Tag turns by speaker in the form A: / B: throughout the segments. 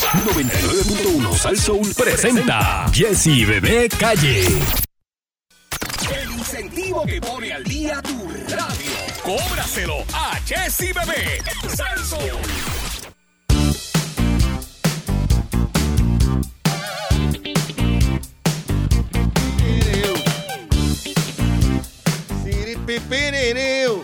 A: 99.1 Sal Soul presenta Jesse Bebé Calle. El incentivo que pone al día tu radio. Cóbraselo a Jesse Bebé. Sal Soul.
B: Pipiririu.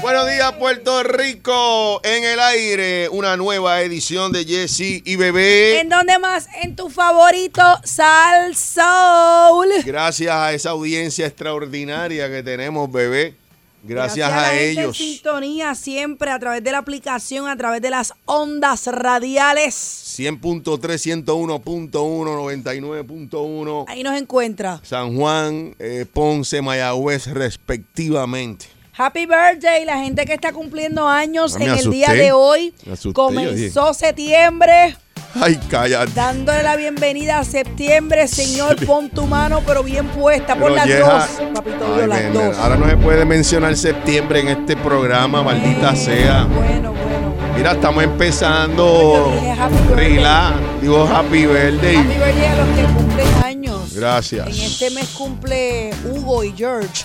B: Buenos días, Puerto Rico. En el aire, una nueva edición de Jesse y Bebé.
C: ¿En dónde más? En tu favorito, Sal Soul.
B: Gracias a esa audiencia extraordinaria que tenemos, bebé. Gracias,
C: a,
B: a,
C: la gente en
B: ellos.
C: sintonía siempre a través de la aplicación, a través de las ondas radiales.
B: 100.3, 101.1, 99.1.
C: Ahí nos encuentra.
B: San Juan, eh, Ponce, Mayagüez, respectivamente.
C: Happy birthday, la gente que está cumpliendo años
B: Ah, me
C: en el
B: asusté.
C: día de hoy.
B: Me asusté, yo
C: Comenzó septiembre,
B: Ay, cállate.
C: dándole la bienvenida a septiembre. Señor, pon tu mano, pero bien puesta.
B: Pero
C: Por las
B: Yeja-
C: dos, papito,
B: Ay,
C: Dios, las
B: ven,
C: dos.
B: ven, Ahora no se puede mencionar septiembre en este programa, maldita sea.
C: Bueno, bueno.
B: Mira, estamos empezando.
C: Yo dije happy birthday.
B: Rila, digo happy
C: Happy
B: birthday.
C: birthday a los que cumplen años.
B: Gracias.
C: En este mes cumple Hugo y George.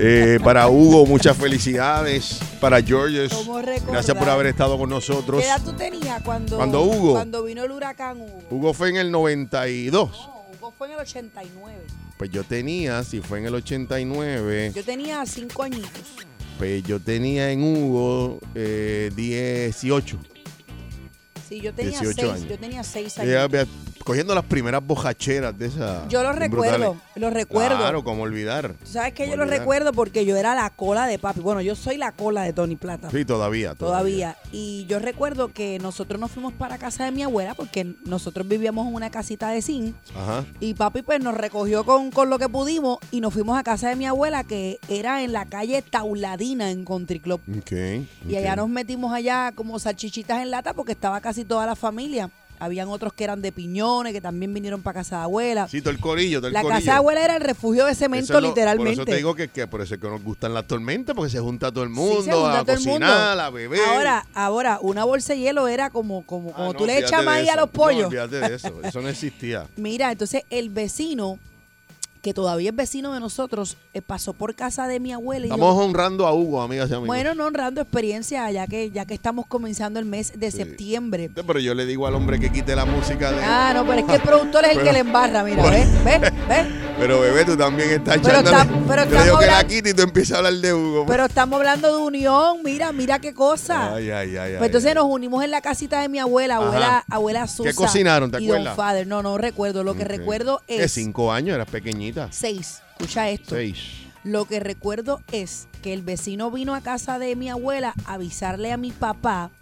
B: Eh, para Hugo, muchas felicidades. Para Georges,
C: ¿Cómo recordar?
B: gracias por haber estado con nosotros.
C: ¿Qué edad tú tenías cuando,
B: ¿Cuándo Hugo?
C: cuando vino el huracán Hugo?
B: Hugo fue en el 92.
C: No, Hugo fue en el 89.
B: Pues yo tenía, si fue en el 89,
C: Yo tenía cinco añitos.
B: pues yo tenía en Hugo eh, 18.
C: Sí, yo tenía
B: 18
C: seis.
B: años.
C: Yo tenía seis
B: Ella
C: años.
B: había- cogiendo las primeras bojacheras de esa.
C: Yo lo
B: bien
C: recuerdo,
B: brutales.
C: lo recuerdo.
B: Claro, como olvidar.
C: ¿Tú ¿Sabes que
B: Cómo
C: Yo lo
B: olvidar.
C: recuerdo porque yo era la cola de papi. Bueno, yo soy la cola de Tony Plata.
B: Sí, todavía.
C: Todavía. Y yo recuerdo que nosotros nos fuimos para casa de mi abuela porque nosotros vivíamos en una casita de zinc.
B: Ajá.
C: Y papi pues nos recogió con, con lo que pudimos y nos fuimos a casa de mi abuela que era en la calle Tauladina en Country Club.
B: Ok.
C: Y allá nos metimos allá como salchichitas en lata porque estaba casi toda la familia. Habían otros que eran de piñones, que también vinieron para casa de abuela.
B: Sí, todo el corillo, todo el
C: la
B: corillo.
C: casa de abuela era el refugio de
B: Eso es
C: cemento
B: lo-
C: literalmente.
B: Por eso te digo que, que por eso es que nos gustan las tormentas, porque se junta todo el
C: Sí, se
B: mundo
C: junta
B: a
C: todo el mundo.
B: cocinar, a beber.
C: Ahora, ahora, una bolsa de hielo era como, como,
B: Ah,
C: como
B: no,
C: tú le
B: olvídate
C: echas
B: de
C: maíz a
B: eso.
C: los pollos.
B: No, olvídate de eso. Eso no existía.
C: Mira, entonces el vecino, que todavía es vecino de nosotros, eh, pasó por casa de mi abuela y
B: Estamos
C: dijo,
B: honrando a Hugo, amigas y amigos.
C: bueno, no honrando experiencia, ya que, ya que estamos comenzando el mes de
B: Sí.
C: septiembre.
B: Pero yo le digo al hombre que quite la música de.
C: Ah, no, pero es que el productor es el
B: Pero-
C: que le embarra, mira,
B: Bueno.
C: ¿ves? ¿Ves? ¿Ves?
B: Pero bebé, tú también estás
C: Pero
B: echándole.
C: está- pero
B: yo le digo
C: estamos
B: que la
C: hablando-
B: quite y tú empiezas a hablar de Hugo.
C: Pero estamos hablando de unión, mira, mira qué cosa.
B: ay, ay, ay.
C: Pues
B: ay,
C: entonces
B: ay.
C: nos unimos en la casita de mi abuela,
B: Ajá.
C: abuela, abuela Susa.
B: cocinaron, te
C: y don
B: acuerdas?
C: Father. No, no recuerdo. Lo que
B: Ok.
C: recuerdo
B: ¿Qué,
C: es
B: cinco años, eras pequeñita.
C: seis. Escucha esto.
B: Seis.
C: Lo que recuerdo es que el vecino vino a casa de mi abuela a avisarle a mi papá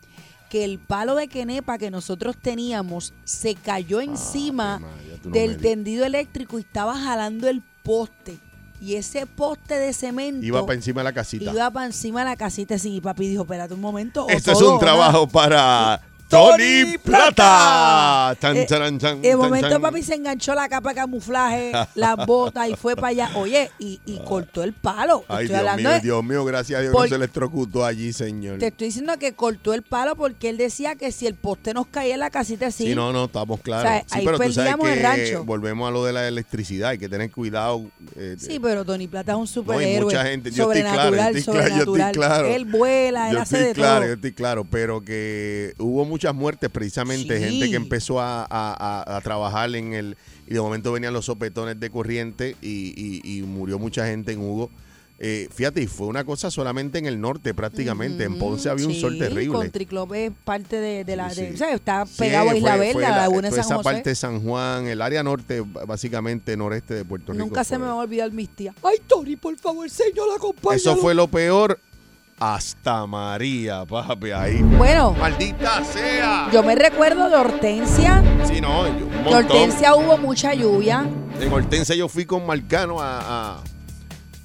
C: que el palo de quenepa que nosotros teníamos se
B: Ah,
C: cayó encima
B: María, tú no me
C: del
B: digas.
C: tendido eléctrico y estaba jalando el poste. Y ese poste de cemento
B: Iba para encima de la casita.
C: iba pa' encima de la casita. Sí, y papi dijo, espérate un momento. o
B: Esto es
C: todo,
B: un
C: ¿verdad?".
B: trabajo para
C: Tony
B: Tony
C: Plata.
B: Plata. Tan,
C: Eh,
B: charan, chan,
C: De
B: tan,
C: momento
B: chan.
C: papi se enganchó la capa de camuflaje, las botas y fue para allá. Oye, y, y cortó el palo. Te
B: Ah. Ay, Dios
C: estoy hablando
B: mío,
C: de-
B: Dios mío, gracias a Dios
C: Por-
B: no se electrocutó allí, señor.
C: Te estoy diciendo que cortó el palo porque él decía que si el poste nos caía en la casita, sí.
B: Sí, no, no, estamos claros.
C: O sea,
B: sí,
C: ahí
B: pero tú sabes
C: perdíamos
B: que
C: el rancho.
B: volvemos a lo de la electricidad, hay que tener cuidado. eh,
C: Sí, pero Tony Plata es
B: no,
C: un
B: hay
C: superhéroe.
B: mucha gente, yo estoy
C: sobrenatural,
B: claro, yo estoy claro, yo estoy
C: sobrenatural.
B: claro.
C: Él vuela, él
B: yo
C: hace
B: estoy
C: de
B: claro,
C: todo.
B: yo estoy claro, pero que hubo muchas muertes precisamente,
C: Sí.
B: gente que empezó a, a- a- a trabajar en el... Y de momento venían los sopetones de corriente y, y- y murió mucha gente en Hugo. Eh, fíjate, y fue una cosa solamente en el norte prácticamente, en Ponce había un sol
C: Sí,
B: terrible.
C: Country Club es parte de, de la.
B: Sí,
C: de-
B: sí.
C: o sea, está
B: Sí,
C: pegado a Isla
B: fue-
C: Verde,
B: fue
C: a la laguna de
B: toda
C: San José.
B: esa parte de San Juan, el área norte, b- básicamente noreste de Puerto Rico.
C: Nunca se
B: fue.
C: me va a olvidar mis tías. Ay, Tony, por favor, señor, acompáñalo.
B: Eso fue lo peor hasta María, papi, ahí.
C: Bueno,
B: ¡Maldita sea!
C: yo me recuerdo de Hortensia.
B: Sí, no, yo, un
C: De
B: montón.
C: Hortensia hubo mucha lluvia.
B: En Hortensia yo fui con Marcano a, a-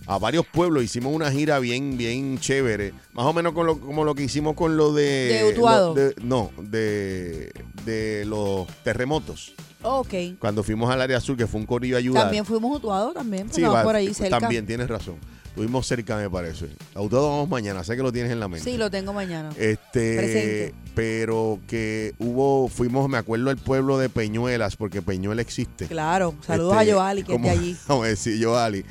B: a varios pueblos. Hicimos una gira bien, bien chévere. Más o menos con lo- como lo que hicimos con lo de...
C: De Utuado.
B: lo- de- no, de, de los terremotos.
C: Ok.
B: Cuando fuimos al área azul, que fue un corillo a ayudar.
C: También fuimos mutuados también.
B: Sí,
C: no,
B: va- pues
C: por ahí cerca.
B: También tienes razón. Estuvimos cerca, me parece. Auto vamos mañana, sé que lo tienes en la mente.
C: Sí, lo tengo mañana.
B: Este,
C: Presente.
B: pero que hubo, fuimos, me acuerdo, al pueblo de Peñuelas, porque Peñuela existe.
C: Claro, saludos
B: Este,
C: a Joali, que es
B: como-
C: de allí.
B: Como decía Yoali.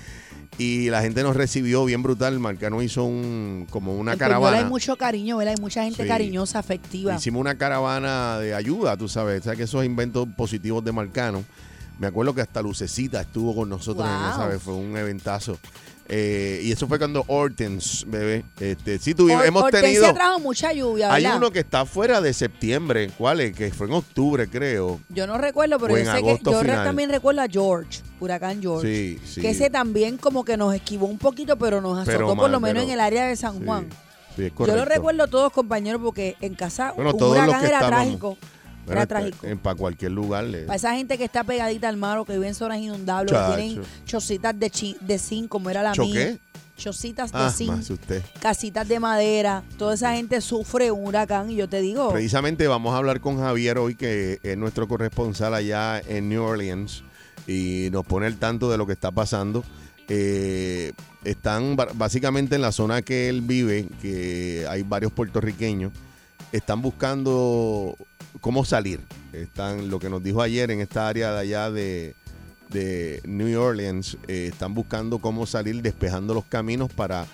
B: Y la gente nos recibió bien brutal. Marcano hizo un, como una
C: En Peñuela
B: caravana.
C: Hay mucho cariño, ¿verdad? Hay mucha gente
B: Sí.
C: cariñosa, afectiva.
B: Hicimos una caravana de ayuda, tú sabes. ¿Sabes que esos inventos positivos de Marcano? Me acuerdo que hasta Lucecita estuvo con nosotros en
C: Wow.
B: esa vez. Fue un eventazo. Eh, y eso fue cuando Hortens, bebé. Este, sí, tuvimos,
C: Hor-
B: hemos
C: Hortensia
B: tenido.
C: trajo mucha lluvia,
B: Hay
C: ¿verdad?
B: uno que está fuera de septiembre. ¿Cuál es? Que fue en octubre, creo.
C: Yo no recuerdo, pero
B: O
C: yo
B: en
C: sé que
B: agosto
C: yo re-
B: final.
C: también recuerdo a George, Huracán George.
B: Sí, sí.
C: Que ese también como que nos esquivó un poquito, pero nos azotó
B: Pero
C: por
B: mal,
C: lo menos
B: pero-
C: en el área de San
B: Sí,
C: Juan.
B: sí, es
C: Yo lo
B: correcto.
C: recuerdo todos, compañeros, porque en casa
B: Bueno,
C: un
B: todos los
C: huracán
B: que
C: era
B: estábamos.
C: trágico.
B: Bueno,
C: era
B: está-
C: trágico.
B: en- Para cualquier lugar. le-
C: Para esa gente que está pegadita al mar o que vive en zonas inundables, o que tienen
B: Chacho.
C: chocitas de, chi- de zinc, como era la
B: ¿Cho
C: mía.
B: qué?
C: Chocitas de
B: Ah,
C: zinc,
B: más usted.
C: casitas de madera. Toda esa gente sufre un huracán y yo te digo,
B: Precisamente vamos a hablar con Javier hoy, que es nuestro corresponsal allá en New Orleans, y nos pone al tanto de lo que está pasando. Eh, están ba- básicamente en la zona que él vive, que hay varios puertorriqueños, están buscando cómo salir. Están, lo que nos dijo ayer en esta área de allá de, de New Orleans, eh, están buscando cómo salir, despejando los caminos para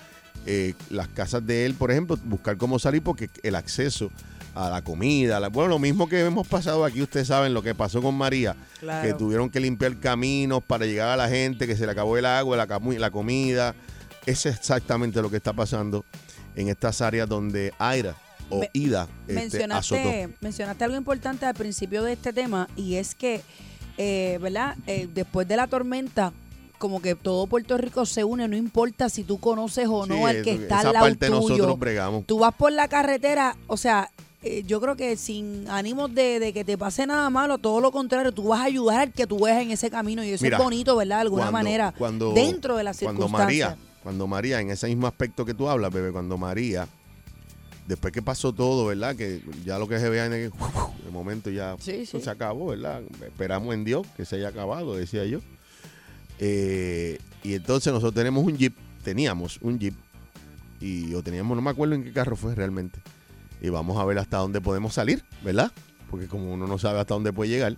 B: eh, las casas de él, por ejemplo, buscar cómo salir porque el acceso a la comida, a la- bueno, lo mismo que hemos pasado aquí, ustedes saben lo que pasó con María,
C: Claro.
B: que tuvieron que limpiar caminos para llegar a la gente, que se le acabó el agua, la, camu- la comida. Es exactamente lo que está pasando en estas áreas donde Aira o
C: Me-
B: Ida este, azotó.
C: mencionaste, mencionaste algo importante al principio de este tema y es que, eh, ¿verdad? Eh, después de la tormenta, como que todo Puerto Rico se une, no importa si tú conoces o no
B: Sí,
C: al que
B: eso-
C: está
B: esa
C: al lado
B: parte
C: tuyo.
B: nosotros bregamos.
C: Tú vas por la carretera, o sea, eh, yo creo que sin ánimos de, de que te pase nada malo, todo lo contrario, tú vas a ayudar al que tú ves en ese camino y eso
B: Mira,
C: es bonito, ¿verdad? De alguna manera, dentro de las
B: cuando
C: circunstancias.
B: María, cuando María, en ese mismo aspecto que tú hablas, bebé, cuando María, después que pasó todo, ¿verdad? Que ya lo que se vea en el, de momento ya
C: Sí, sí.
B: se acabó, ¿verdad? Esperamos en Dios que se haya acabado, decía yo. Eh, y entonces nosotros tenemos un jeep, teníamos un jeep, y o teníamos, no me acuerdo en qué carro fue realmente. Y vamos a ver hasta dónde podemos salir, ¿verdad? Porque como uno no sabe hasta dónde puede llegar.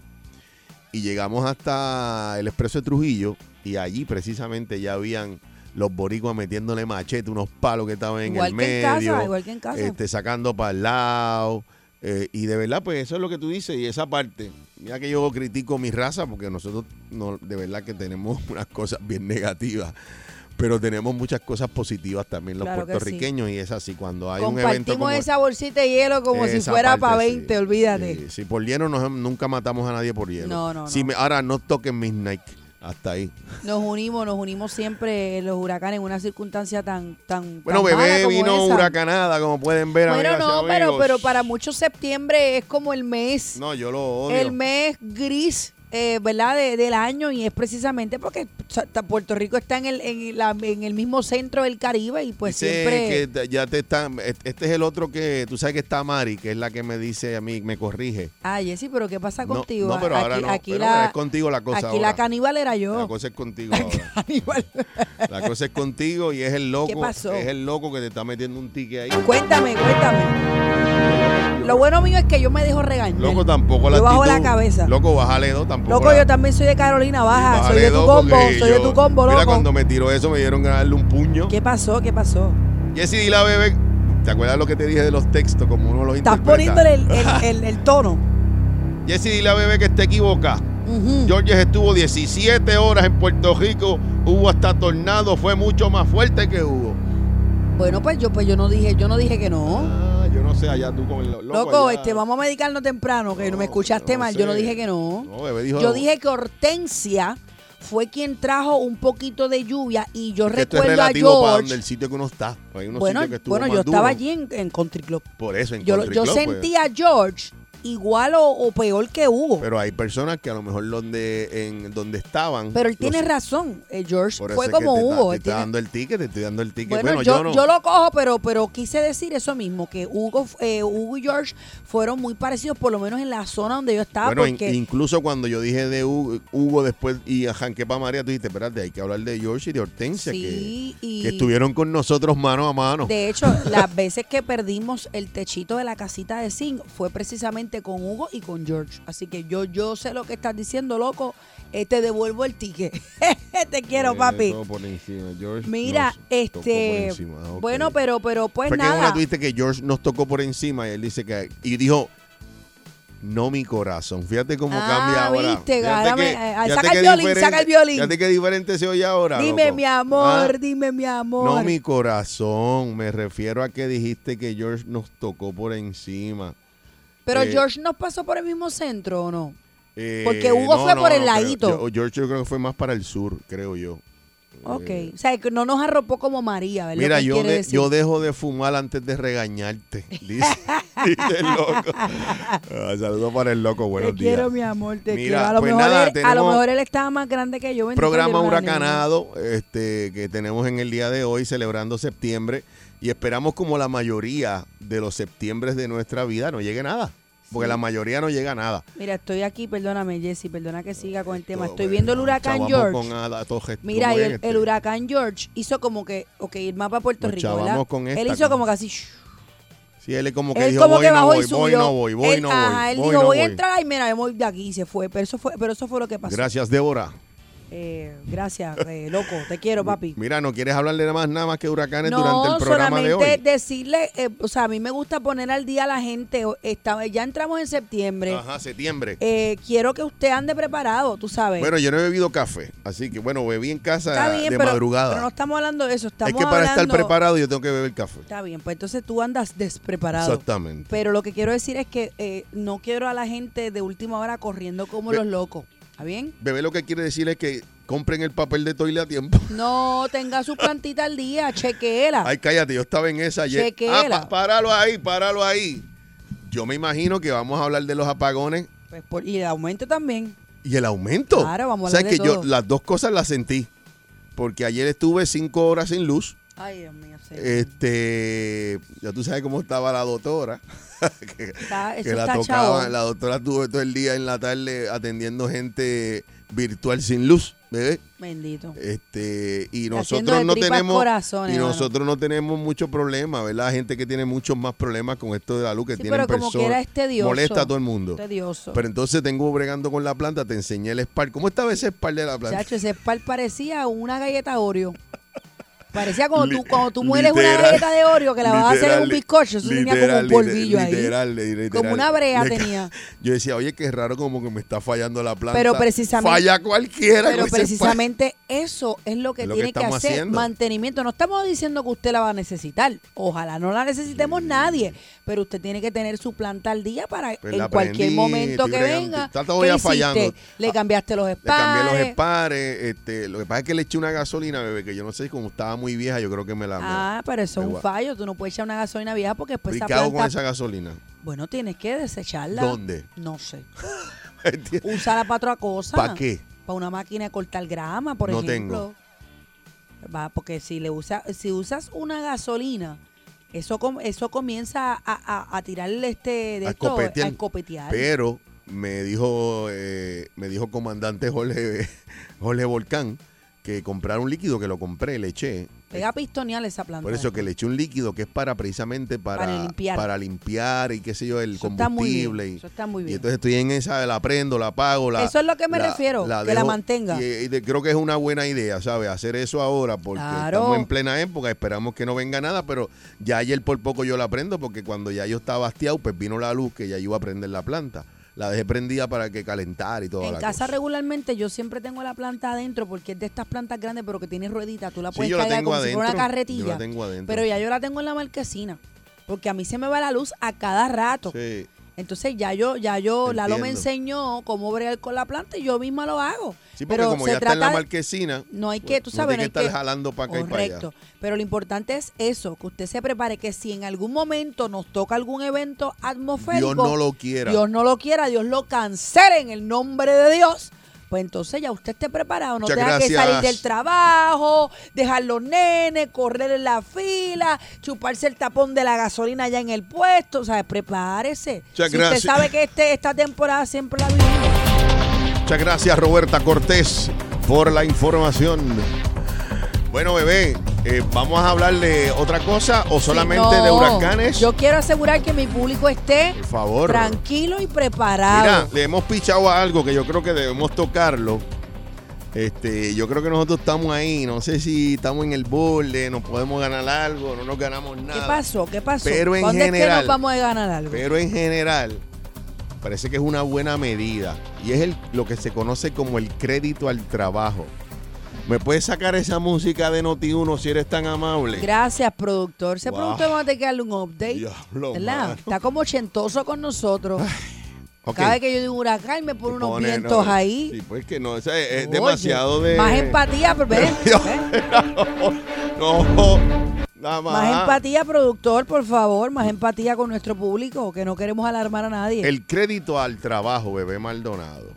B: Y llegamos hasta el expreso de Trujillo y allí precisamente ya habían los boricuas metiéndole machete, unos palos que estaban en
C: igual
B: el
C: que
B: medio
C: en casa, igual que en casa.
B: este, sacando para el lado. eh, y de verdad, pues eso es lo que tú dices. Y esa parte, mira que yo critico mi raza, porque nosotros no, de verdad que tenemos unas cosas bien negativas, pero tenemos muchas cosas positivas también los
C: Claro que sí.
B: puertorriqueños. Y es así, cuando hay un evento
C: Compartimos
B: como
C: esa bolsita de hielo como si
B: esa
C: fuera
B: parte,
C: para
B: sí.
C: 20, olvídate.
B: Sí, sí, por hielo nos- nunca matamos a nadie por hielo.
C: No, no,
B: Si
C: no.
B: me- ahora no toquen mis Nike, hasta ahí.
C: Nos unimos, nos unimos siempre en los huracanes en una circunstancia tan tan
B: Bueno,
C: tan mala
B: bebé
C: como
B: vino
C: esa.
B: huracanada, como pueden ver.
C: Bueno,
B: amigas y
C: no, pero
B: amigos.
C: pero para muchos septiembre es como el mes
B: No, yo lo odio.
C: el mes gris, eh, ¿verdad? de- del año y es precisamente porque sa- ta- Puerto Rico está en el en, la- en el mismo centro del Caribe y pues
B: Dice
C: siempre
B: que t- ya te están. est- Este es el otro que. Tú sabes que está Mari, que es la que me dice a mí, me corrige.
C: Ah, Jessy, pero ¿qué pasa
B: No,
C: contigo?
B: no, pero
C: aquí,
B: ahora no.
C: aquí
B: Pero
C: la
B: es contigo la cosa
C: Aquí
B: ahora.
C: la caníbal era yo.
B: La cosa es contigo ahora.
C: Caníbal.
B: La cosa es contigo y es el loco.
C: pasó?
B: Es el loco que te está metiendo un ticket ahí.
C: Cuéntame, cuéntame. Lo bueno mío es que yo me dejo regañar.
B: Loco tampoco la
C: Yo bajo la
B: actitud.
C: cabeza.
B: Loco, bájale dos tampoco.
C: Loco,
B: la-
C: yo también soy de Carolina Baja, soy
B: bájale
C: de tu
B: dos,
C: combo,
B: porque
C: soy de
B: yo-
C: tu combo,
B: Mira, cuando
C: loco.
B: me tiró eso me dieron a darle un puño.
C: ¿Qué pasó? ¿Qué pasó?
B: Jessy, dile a bebé. ¿Te acuerdas lo que te dije de los textos? Como uno los
C: Estás
B: interpreta.
C: poniéndole el, el- el- el tono.
B: Jessy, dile a bebé que está equivocada.
C: Ujú.
B: Georges estuvo 17 horas en Puerto Rico, hubo hasta tornado, fue mucho más fuerte que hubo.
C: Bueno, pues yo, pues yo no dije, yo no dije que no.
B: Ah, yo no sé, allá tú con el lo- loco.
C: Loco,
B: allá-
C: este, vamos a medicarnos temprano, que no, me escuchaste
B: no
C: mal. Yo no
B: sé.
C: dije que no.
B: No, bebé dijo.
C: Yo dije que Hortensia fue quien trajo un poquito de lluvia y yo
B: que esto es
C: recuerdo a
B: relativo para donde
C: George.
B: el sitio que uno está. Hay unos
C: Bueno,
B: sitios que estuvo
C: bueno
B: más
C: yo estaba
B: duro.
C: allí en, en Country Club.
B: Por eso, en
C: Yo, lo-
B: Country
C: yo
B: Club, pues.
C: sentí a George igual o, o peor que Hugo.
B: Pero hay personas que a lo mejor donde, en, donde estaban.
C: Pero él
B: los-
C: tiene razón. eh, George
B: Por eso
C: fue
B: es que
C: como
B: te está-
C: Hugo.
B: Te
C: él
B: estoy
C: tiene-
B: dando el ticket, te estoy dando el ticket.
C: Bueno,
B: Bueno,
C: yo,
B: yo no.
C: yo lo cojo, pero, pero quise decir eso mismo, que Hugo, eh, Hugo y George fueron muy parecidos, por lo menos en la zona donde yo estaba,
B: Bueno, in-
C: porque
B: incluso cuando yo dije de Hugo, Hugo después y a Janquepa María, tú dijiste, espérate, hay que hablar de George y de Hortensia,
C: Sí,
B: que,
C: y-
B: que estuvieron con nosotros mano a mano.
C: de hecho las veces que perdimos el techito de la casita de zinc fue precisamente con Hugo y con George. Así que yo, yo sé lo que estás diciendo, loco, eh, te devuelvo el ticket. te quiero, papi.
B: Eh, Todo por encima, George
C: Mira,
B: nos tocó por
C: este,
B: encima, ah, ok.
C: bueno, pero, pero pues
B: Fue que en
C: nada.
B: una tuviste que George nos tocó por encima y él dice que. Y dijo. No mi corazón. Fíjate cómo
C: Ah,
B: cambia ahora.
C: viste,
B: Fíjate
C: ahora
B: que-
C: me- eh,
B: fíjate
C: saca el
B: que
C: violín,
B: diferente-
C: saca el violín.
B: Fíjate qué diferente se oye ahora.
C: Dime
B: loco.
C: mi amor,
B: Ah,
C: dime mi amor.
B: No mi corazón. Me refiero a que dijiste que George nos tocó por encima.
C: pero
B: eh,
C: George nos pasó por el mismo centro o no?
B: Eh,
C: Porque Hugo fue por el
B: creo-
C: ladito.
B: yo- George yo creo que fue más para el sur, creo yo.
C: Ok,
B: Eh,
C: o sea, que no nos arropó como María, ¿verdad?
B: Mira, yo, de- yo dejo de fumar antes de regañarte, dice, dice el loco. Ah, Saludos para el loco, buenos
C: te
B: días.
C: quiero, mi amor, te
B: Mira,
C: quiero. A lo,
B: pues
C: mejor
B: nada,
C: él, a lo
B: tenemos
C: mejor él estaba más grande que yo. bendito
B: Programa
C: Dios, no era niño.
B: huracanado este, que tenemos en el día de hoy, celebrando septiembre. Y esperamos como la mayoría de los septiembres de nuestra vida no llegue nada. Porque la mayoría no llega a nada.
C: Mira, estoy aquí, perdóname, Jessy, perdona que siga con el tema.
B: Todo,
C: Estoy
B: bueno,
C: viendo el huracán
B: eh, chavamos
C: George.
B: con a- a todo gesto,
C: Mira,
B: ¿cómo
C: y
B: es
C: el,
B: este?
C: el huracán George hizo como que, ok, el mapa Puerto
B: Nos
C: Rico,
B: chavamos
C: ¿verdad?
B: con
C: él
B: esta,
C: hizo como
B: con-
C: que así, shh,
B: Sí, él es como que
C: él
B: dijo,
C: como
B: voy,
C: que
B: no
C: bajó
B: voy,
C: y
B: voy,
C: subió.
B: no voy, voy,
C: Él-
B: no
C: ajá,
B: voy,
C: él
B: voy,
C: dijo,
B: no
C: voy a
B: voy".
C: entrar y mira, me voy de aquí y se fue. Pero eso fue, pero eso fue lo que pasó.
B: Gracias, Débora.
C: Eh, gracias, eh, loco, te quiero, papi.
B: Mira, no quieres hablarle nada más, nada más que huracanes
C: No,
B: durante el programa de
C: solamente
B: hoy.
C: decirle, eh, o sea, a mí me gusta poner al día a la gente. O- esta- ya entramos en septiembre.
B: Ajá, septiembre.
C: Eh, quiero que usted ande preparado, tú sabes.
B: Bueno, yo no he bebido café, así que bueno, bebí en casa
C: Está bien,
B: de
C: pero,
B: madrugada.
C: pero no estamos hablando de eso. Estamos
B: es que para estar
C: hablando-
B: preparado yo tengo que beber café.
C: Está bien, pues entonces tú andas despreparado.
B: Exactamente.
C: Pero lo que quiero decir es que eh, no quiero a la gente de última hora corriendo como
B: Ve-
C: los locos. ¿Está bien?
B: Bebé lo que quiere decir es que compren el papel de toile a tiempo.
C: No, tenga su plantita al día, chequeela.
B: Ay, cállate, yo estaba en esa ayer.
C: Chequela.
B: Ah, pa- páralo ahí, páralo ahí. Yo me imagino que vamos a hablar de los apagones
C: Pues por- y de aumento también.
B: Y el aumento.
C: Claro, vamos a
B: O sea,
C: hablar de
B: que yo
C: todo.
B: las dos cosas las sentí. Porque ayer estuve cinco horas sin luz.
C: Ay, Dios mío, señor.
B: Eh, Este, ya tú sabes cómo estaba la doctora. que
C: Está- eso
B: que la
C: está
B: tocaba.
C: chao.
B: La doctora estuvo todo el día en la tarde atendiendo gente virtual sin luz, bebé.
C: Bendito.
B: Este, y
C: Haciendo
B: nosotros
C: de
B: no
C: tripas
B: tenemos
C: corazones,
B: y
C: mano.
B: nosotros no tenemos muchos problemas, ¿verdad? Gente que tiene muchos más problemas con esto de la luz que
C: Sí,
B: tienen
C: pero como
B: personas-
C: quiera es tedioso.
B: molesta a todo el mundo.
C: Tedioso.
B: Pero entonces tengo bregando con la planta, te enseñé el spar. ¿Cómo estaba ese spar de la planta?
C: Chacho, ese par parecía una galleta Oreo. Parecía como tú, cuando tú mueres
B: Literal,
C: una galleta de Oreo que la vas a hacer en un
B: literal,
C: bizcocho, eso tenía como un
B: literal,
C: polvillo ahí.
B: literal, literal.
C: Como una brea
B: Le ca-
C: tenía.
B: Yo decía, oye, qué raro como que me está fallando la planta.
C: Pero precisamente-
B: Falla cualquiera.
C: Pero
B: con ese spar.
C: precisamente eso es lo que
B: pues, Es lo que
C: tiene que,
B: estamos
C: hacer,
B: haciendo.
C: mantenimiento. No estamos diciendo que usted la va a necesitar. Ojalá no la
B: Mm.
C: necesitemos nadie, pero usted tiene que tener su planta al día para
B: Pues
C: en
B: la
C: cualquier
B: aprendí,
C: momento
B: estoy
C: que
B: bregando.
C: venga.
B: Está
C: ¿qué
B: todavía
C: hiciste?
B: fallando.
C: Le
B: Ah,
C: cambié los
B: Le cambié los
C: espares.
B: espares. Este, lo que pasa es que le eché una gasolina, bebé, que yo no sé como estaba muy vieja, yo creo que me la. me-
C: Ah, pero eso es
B: me
C: un
B: va.
C: fallo. Tú no puedes echar una gasolina vieja porque después
B: Pues ¿Y
C: esa
B: qué hago
C: planta
B: con esa gasolina?
C: Bueno, tienes que desecharla.
B: ¿Dónde?
C: No sé.
B: ¿Entiendes?
C: Úsala para otra cosa.
B: ¿Para qué?
C: Para una máquina de cortar grama, por
B: No
C: ejemplo. Va, porque si le usa, si usas una gasolina, eso com- eso comienza a, a- a tirarle este de
B: A
C: esto,
B: escopetear.
C: a escopetear.
B: Pero me dijo, eh, me dijo comandante Jorge, Jorge Volcán que comprar un líquido que lo compré, le eché.
C: Pega a pistonear esa planta.
B: eh, Por eso que le eché un líquido que es para precisamente para,
C: Para limpiar.
B: para limpiar y qué sé yo, el
C: Eso está muy bien,
B: combustible. y-
C: eso está muy
B: Y
C: bien.
B: entonces estoy en esa, la prendo, la apago, la...
C: Eso es lo que me refiero, que la mantenga.
B: Y, y de- creo que es una buena idea, ¿sabes? Hacer eso ahora porque
C: Claro.
B: estamos en plena época, esperamos que no venga nada, pero ya ayer por poco yo la prendo porque cuando ya yo estaba hastiado, pues vino la luz que ya iba a prender la planta. La dejé prendida para que calentara y toda
C: En
B: la
C: casa
B: cosa.
C: regularmente yo siempre tengo la planta adentro porque es de estas plantas grandes pero que tiene ruedita, tú la
B: Sí,
C: puedes
B: yo la
C: cargar
B: tengo
C: pues, como si fuera una
B: adentro,
C: carretilla.
B: yo la tengo adentro.
C: Pero ya yo la tengo en la marquesina porque a mí se me va la luz a cada rato.
B: Sí.
C: Entonces ya yo, ya yo, Lalo me
B: Entiendo.
C: enseñó cómo bregar con la planta y yo misma lo hago.
B: Sí, porque como ya está en la marquesina,
C: No hay que, tú
B: no
C: sabes,
B: Pues, tiene
C: no hay
B: que estar jalando pa' acá y pa' allá.
C: Correcto. Pero lo importante es eso, que usted se prepare, que si en algún momento nos toca algún evento atmosférico.
B: Dios no lo quiera.
C: Dios no lo quiera, Dios lo cancele en el nombre de Dios. Pues entonces ya usted esté preparado, no
B: Muchas
C: tenga que
B: gracias.
C: salir del trabajo, dejar los nenes, correr en la fila, chuparse el tapón de la gasolina allá en el puesto. O sea, prepárese.
B: Muchas
C: si
B: gracias.
C: usted sabe que este, esta temporada siempre la vivimos.
B: Muchas gracias Roberta Cortés por la información. Bueno, bebé, eh, ¿vamos a hablar de otra cosa o solamente
C: Sí, no.
B: de huracanes?
C: Yo quiero asegurar que mi público esté
B: Por favor.
C: tranquilo y
B: Mira,
C: preparado.
B: le hemos pichado a algo que yo creo que debemos tocarlo. Este, yo creo que nosotros estamos ahí, no sé si estamos en el borde, nos podemos ganar algo, no nos ganamos nada.
C: ¿Qué pasó? ¿Qué pasó?
B: Pero en
C: ¿Dónde es que
B: general-
C: nos vamos a ganar algo?
B: Pero en general, parece que es una buena medida y es el- lo que se conoce como el crédito al trabajo. ¿Me puedes sacar esa música de Noti1 si eres tan amable?
C: Gracias, productor. Ese
B: Wow.
C: productor vamos a tener que darle un update.
B: Diablo,
C: ¿verdad?
B: mano.
C: Está como ochentoso con nosotros.
B: Ok.
C: Cada vez que yo digo huracán, me pone
B: Te
C: unos
B: pone,
C: vientos
B: no,
C: ahí.
B: Sí, pues que no, o sea, es, es
C: Oye,
B: demasiado de...
C: Más empatía, pero ven, ven.
B: no, nada más.
C: Más empatía, productor, por favor. Más empatía con nuestro público, que no queremos alarmar a nadie.
B: El crédito al trabajo, bebé Maldonado.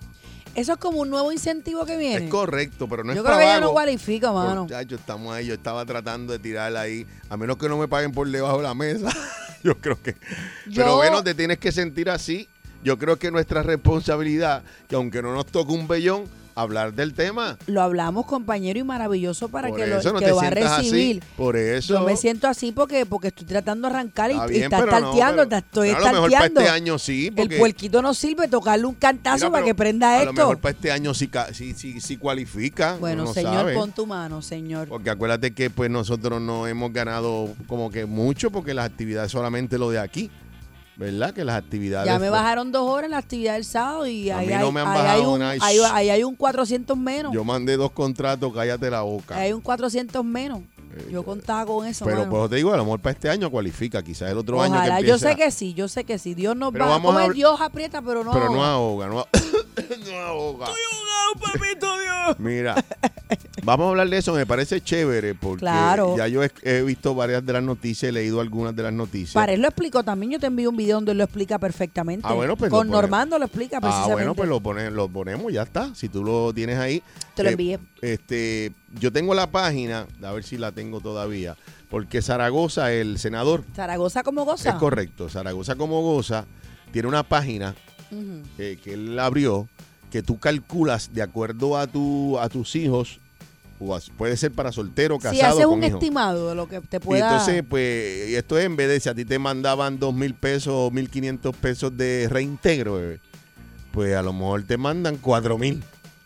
C: Eso es como un nuevo incentivo que viene.
B: Es correcto, pero no
C: Yo
B: es
C: creo
B: para
C: que ya no
B: vago.
C: cualifica, mano.
B: Muchacho, estamos ahí. Yo estaba tratando de tirarla ahí. A menos que no me paguen por debajo de la mesa. Yo creo que. Pero
C: Yo-
B: bueno, te tienes que sentir así. Yo creo que nuestra responsabilidad, que aunque no nos toque un bellón, hablar del tema.
C: Lo hablamos, compañero, y maravilloso para
B: por
C: que
B: eso
C: lo,
B: no
C: que
B: te
C: lo va a
B: sientas
C: recibir.
B: así. Por eso.
C: Yo me siento así porque, porque estoy tratando de arrancar y,
B: Está
C: y
B: bien,
C: estás
B: pero no,
C: tarteando,
B: pero-
C: te estoy
B: pero A lo mejor para
C: tarteando.
B: este año sí. porque-
C: El puerquito no sirve, tocarle un cantazo
B: Mira,
C: para
B: pero
C: que prenda
B: A
C: esto.
B: lo mejor para este año sí, ca- sí, sí, sí cualifica.
C: Bueno,
B: uno no
C: señor,
B: sabe.
C: pon tu mano, señor.
B: Porque acuérdate que pues nosotros no hemos ganado como que mucho porque las actividades solamente lo de aquí. ¿Verdad? Que las actividades... pues,
C: Ya me
B: fue-
C: bajaron dos horas en la actividad del sábado y
B: A
C: ahí,
B: mí
C: hay,
B: no me han
C: ahí hay
B: bajado
C: un,
B: nada.
C: ahí- ahí hay un 400 menos.
B: Yo mandé dos contratos, cállate la boca.
C: Ahí hay un 400 menos. Yo contaba con eso.
B: eh, Pero
C: mano.
B: pues te digo, a lo mejor para este año cualifica, quizás el otro año que
C: Ojalá,
B: empiece
C: yo sé
B: a-
C: que sí, yo sé que sí. Dios nos
B: Pero
C: va
B: vamos a
C: comer,
B: habl-
C: Dios aprieta, pero no.
B: Pero no ahoga, no, ah- no ahoga. Mira, vamos a hablar de eso, me parece chévere porque
C: Claro.
B: ya yo he, he visto varias de las noticias, he leído algunas de las noticias.
C: Pared lo explicó también. Yo te envío un video donde él lo explica perfectamente.
B: Ah, bueno, pues lo
C: Con
B: ponemos.
C: Normando lo explica
B: Ah,
C: precisamente.
B: bueno, pues lo, pone- lo ponemos, ya está. Si tú lo tienes ahí.
C: Te lo
B: eh,
C: envié.
B: este, yo tengo la página, a ver si la tengo todavía, porque Zaragoza, el senador,
C: Zaragoza como goza.
B: es correcto, Zaragoza como goza, tiene una página
C: Ujú.
B: eh, que él abrió que tú calculas de acuerdo a, tu, a tus hijos, o a- puede ser para soltero,
C: Si
B: casado,
C: haces
B: con
C: un
B: hijo.
C: estimado de lo que te
B: Y
C: pueda.
B: entonces, pues, y esto es en vez de si a ti te mandaban dos mil pesos o mil quinientos pesos de reintegro, bebé, pues a lo mejor te mandan cuatro mil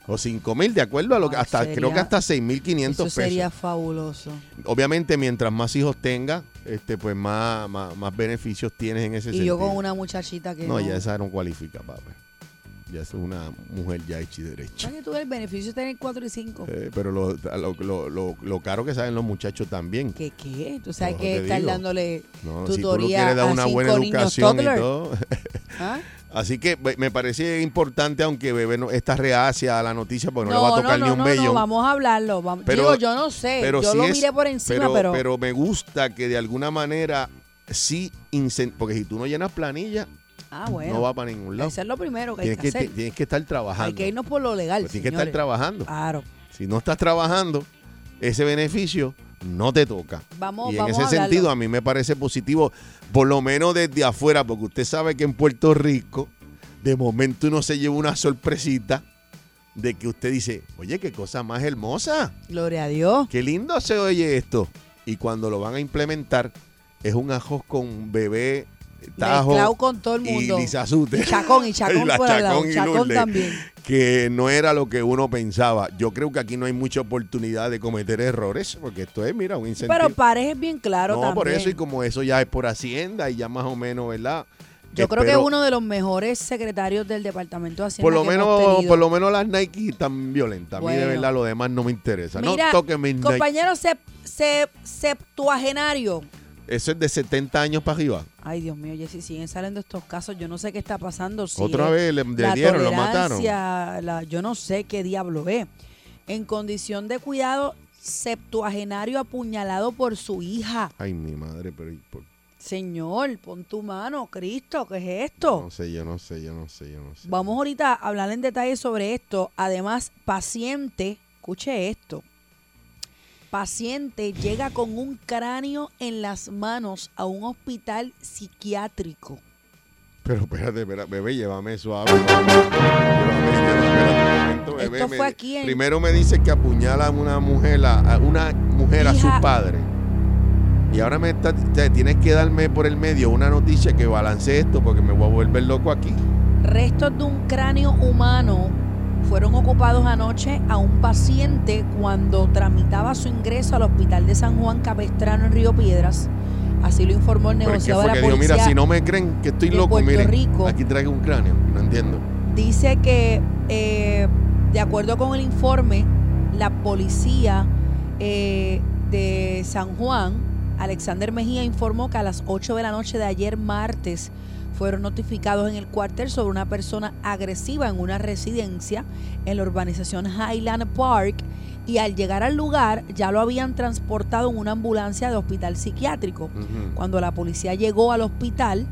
B: o cinco mil, de acuerdo a lo que
C: Ah,
B: hasta creo
C: sería-
B: que hasta seis mil
C: eso
B: quinientos pesos.
C: sería fabuloso.
B: Obviamente, mientras más hijos tengas, este, pues más, más, más beneficios tienes en ese
C: Y
B: sentido.
C: yo con una muchachita que.
B: No, ya esa no cualifica, papi. Ya es una mujer ya hecha y derecha.
C: ¿Sabes que tú el beneficio de tener 4 y 5?
B: Eh, pero lo, lo, lo- lo- lo caro que saben los muchachos también.
C: ¿Qué qué? Tú sabes
B: No,
C: que
B: te
C: estar
B: digo.
C: dándole
B: No, si tú lo
C: tutoría
B: quieres dar
C: a
B: una
C: cinco
B: buena
C: niños
B: educación y
C: toddler.
B: todo.
C: ¿Ah?
B: Así que be- me parece importante, aunque Bebé no, está reacia a la noticia porque no,
C: no,
B: le va a tocar
C: no,
B: ni un
C: no,
B: bello.
C: no, vamos a hablarlo. Vamos.
B: Pero-
C: Digo, yo no sé. yo
B: sí
C: lo
B: es-
C: miré por encima, pero.
B: pero, me gusta que de alguna manera sí, incen- porque si tú no llenas planilla,
C: ah, bueno.
B: no va para ningún lado.
C: Eso es lo primero que hay
B: Tienes
C: que,
B: que,
C: hacer.
B: tienes que estar trabajando.
C: Hay que irnos por lo legal.
B: Pues tienes que estar
C: señores.
B: trabajando.
C: Claro.
B: Si no estás trabajando, ese beneficio no te toca.
C: Vamos-
B: y en
C: vamos
B: ese
C: a hablarlo.
B: sentido a mí me parece positivo, por lo menos desde afuera, porque usted sabe que en Puerto Rico de momento uno se lleva una sorpresita de que usted dice, oye, qué cosa más hermosa,
C: Gloria a Dios.
B: qué lindo se oye esto. Y cuando lo van a implementar, es un ajos con bebé,
C: Mezclado
B: tajo
C: con todo el
B: y
C: mundo.
B: Lizazute.
C: Chacón y Chacón
B: la
C: por al lado.
B: Chacón y
C: Chacón
B: Lourdes.
C: también.
B: que no era lo que uno pensaba. Yo creo que aquí no hay mucha oportunidad de cometer errores, porque esto es, mira, un incentivo.
C: Pero Pares es bien claro
B: no,
C: también.
B: por eso, y como eso ya es por Hacienda y ya más o menos, ¿verdad?
C: Yo creo que es
B: Espero-
C: uno de los mejores secretarios del Departamento de Hacienda.
B: Por lo,
C: que hemos
B: menos,
C: tenido.
B: por lo menos las Nike tan violentas. A mí de
C: Bueno.
B: verdad lo demás no me interesa. no
C: Mira,
B: toquen mis Nike.
C: compañero sep- sep- septuagenario,
B: Eso es de 70 años para arriba.
C: Ay, Dios mío, Jessy, siguen saliendo estos casos. Yo no sé qué está pasando. Si
B: Otra
C: es
B: vez le- le
C: la
B: dieron, lo mataron.
C: tolerancia, la- yo no sé qué diablo es. En condición de cuidado, septuagenario apuñalado por su hija.
B: Ay, mi madre, pero ¿y por-
C: Señor, pon tu mano, Cristo, ¿qué es esto?
B: no sé, yo no sé, yo no sé, yo no sé.
C: Vamos ahorita a hablar en detalle sobre esto. Además, paciente, escuche esto. Paciente llega con un cráneo en las manos a un hospital psiquiátrico.
B: Pero espérate, espérate, bebé, llévame suave. Llévame, llévame, espérate un momento, bebé,
C: Esto
B: me-
C: fue aquí en-
B: Primero me dice que apuñala a una mujer, a a una mujer a su
C: Hija.
B: padre. Y ahora me está, o sea, tienes que darme por el medio una noticia que balance esto porque me voy a volver loco aquí.
C: Restos de un cráneo humano fueron ocupados anoche a un paciente cuando tramitaba su ingreso al hospital de San Juan Capestrano en Río Piedras. Así lo informó el
B: Pero es que
C: negociado
B: fue
C: de
B: que
C: la
B: dijo,
C: policía.
B: mira, si no me creen que estoy
C: de
B: loco,
C: Puerto
B: miren,
C: Rico.
B: aquí traigo un cráneo. No entiendo.
C: Dice que, eh, de acuerdo con el informe, la policía eh, de San Juan, Alexander Mejía, informó que a las 8 de la noche de ayer martes fueron notificados en el cuartel sobre una persona agresiva en una residencia en la urbanización Highland Park y al llegar al lugar ya lo habían transportado en una ambulancia de hospital psiquiátrico.
B: Ujú.
C: Cuando la policía llegó al hospital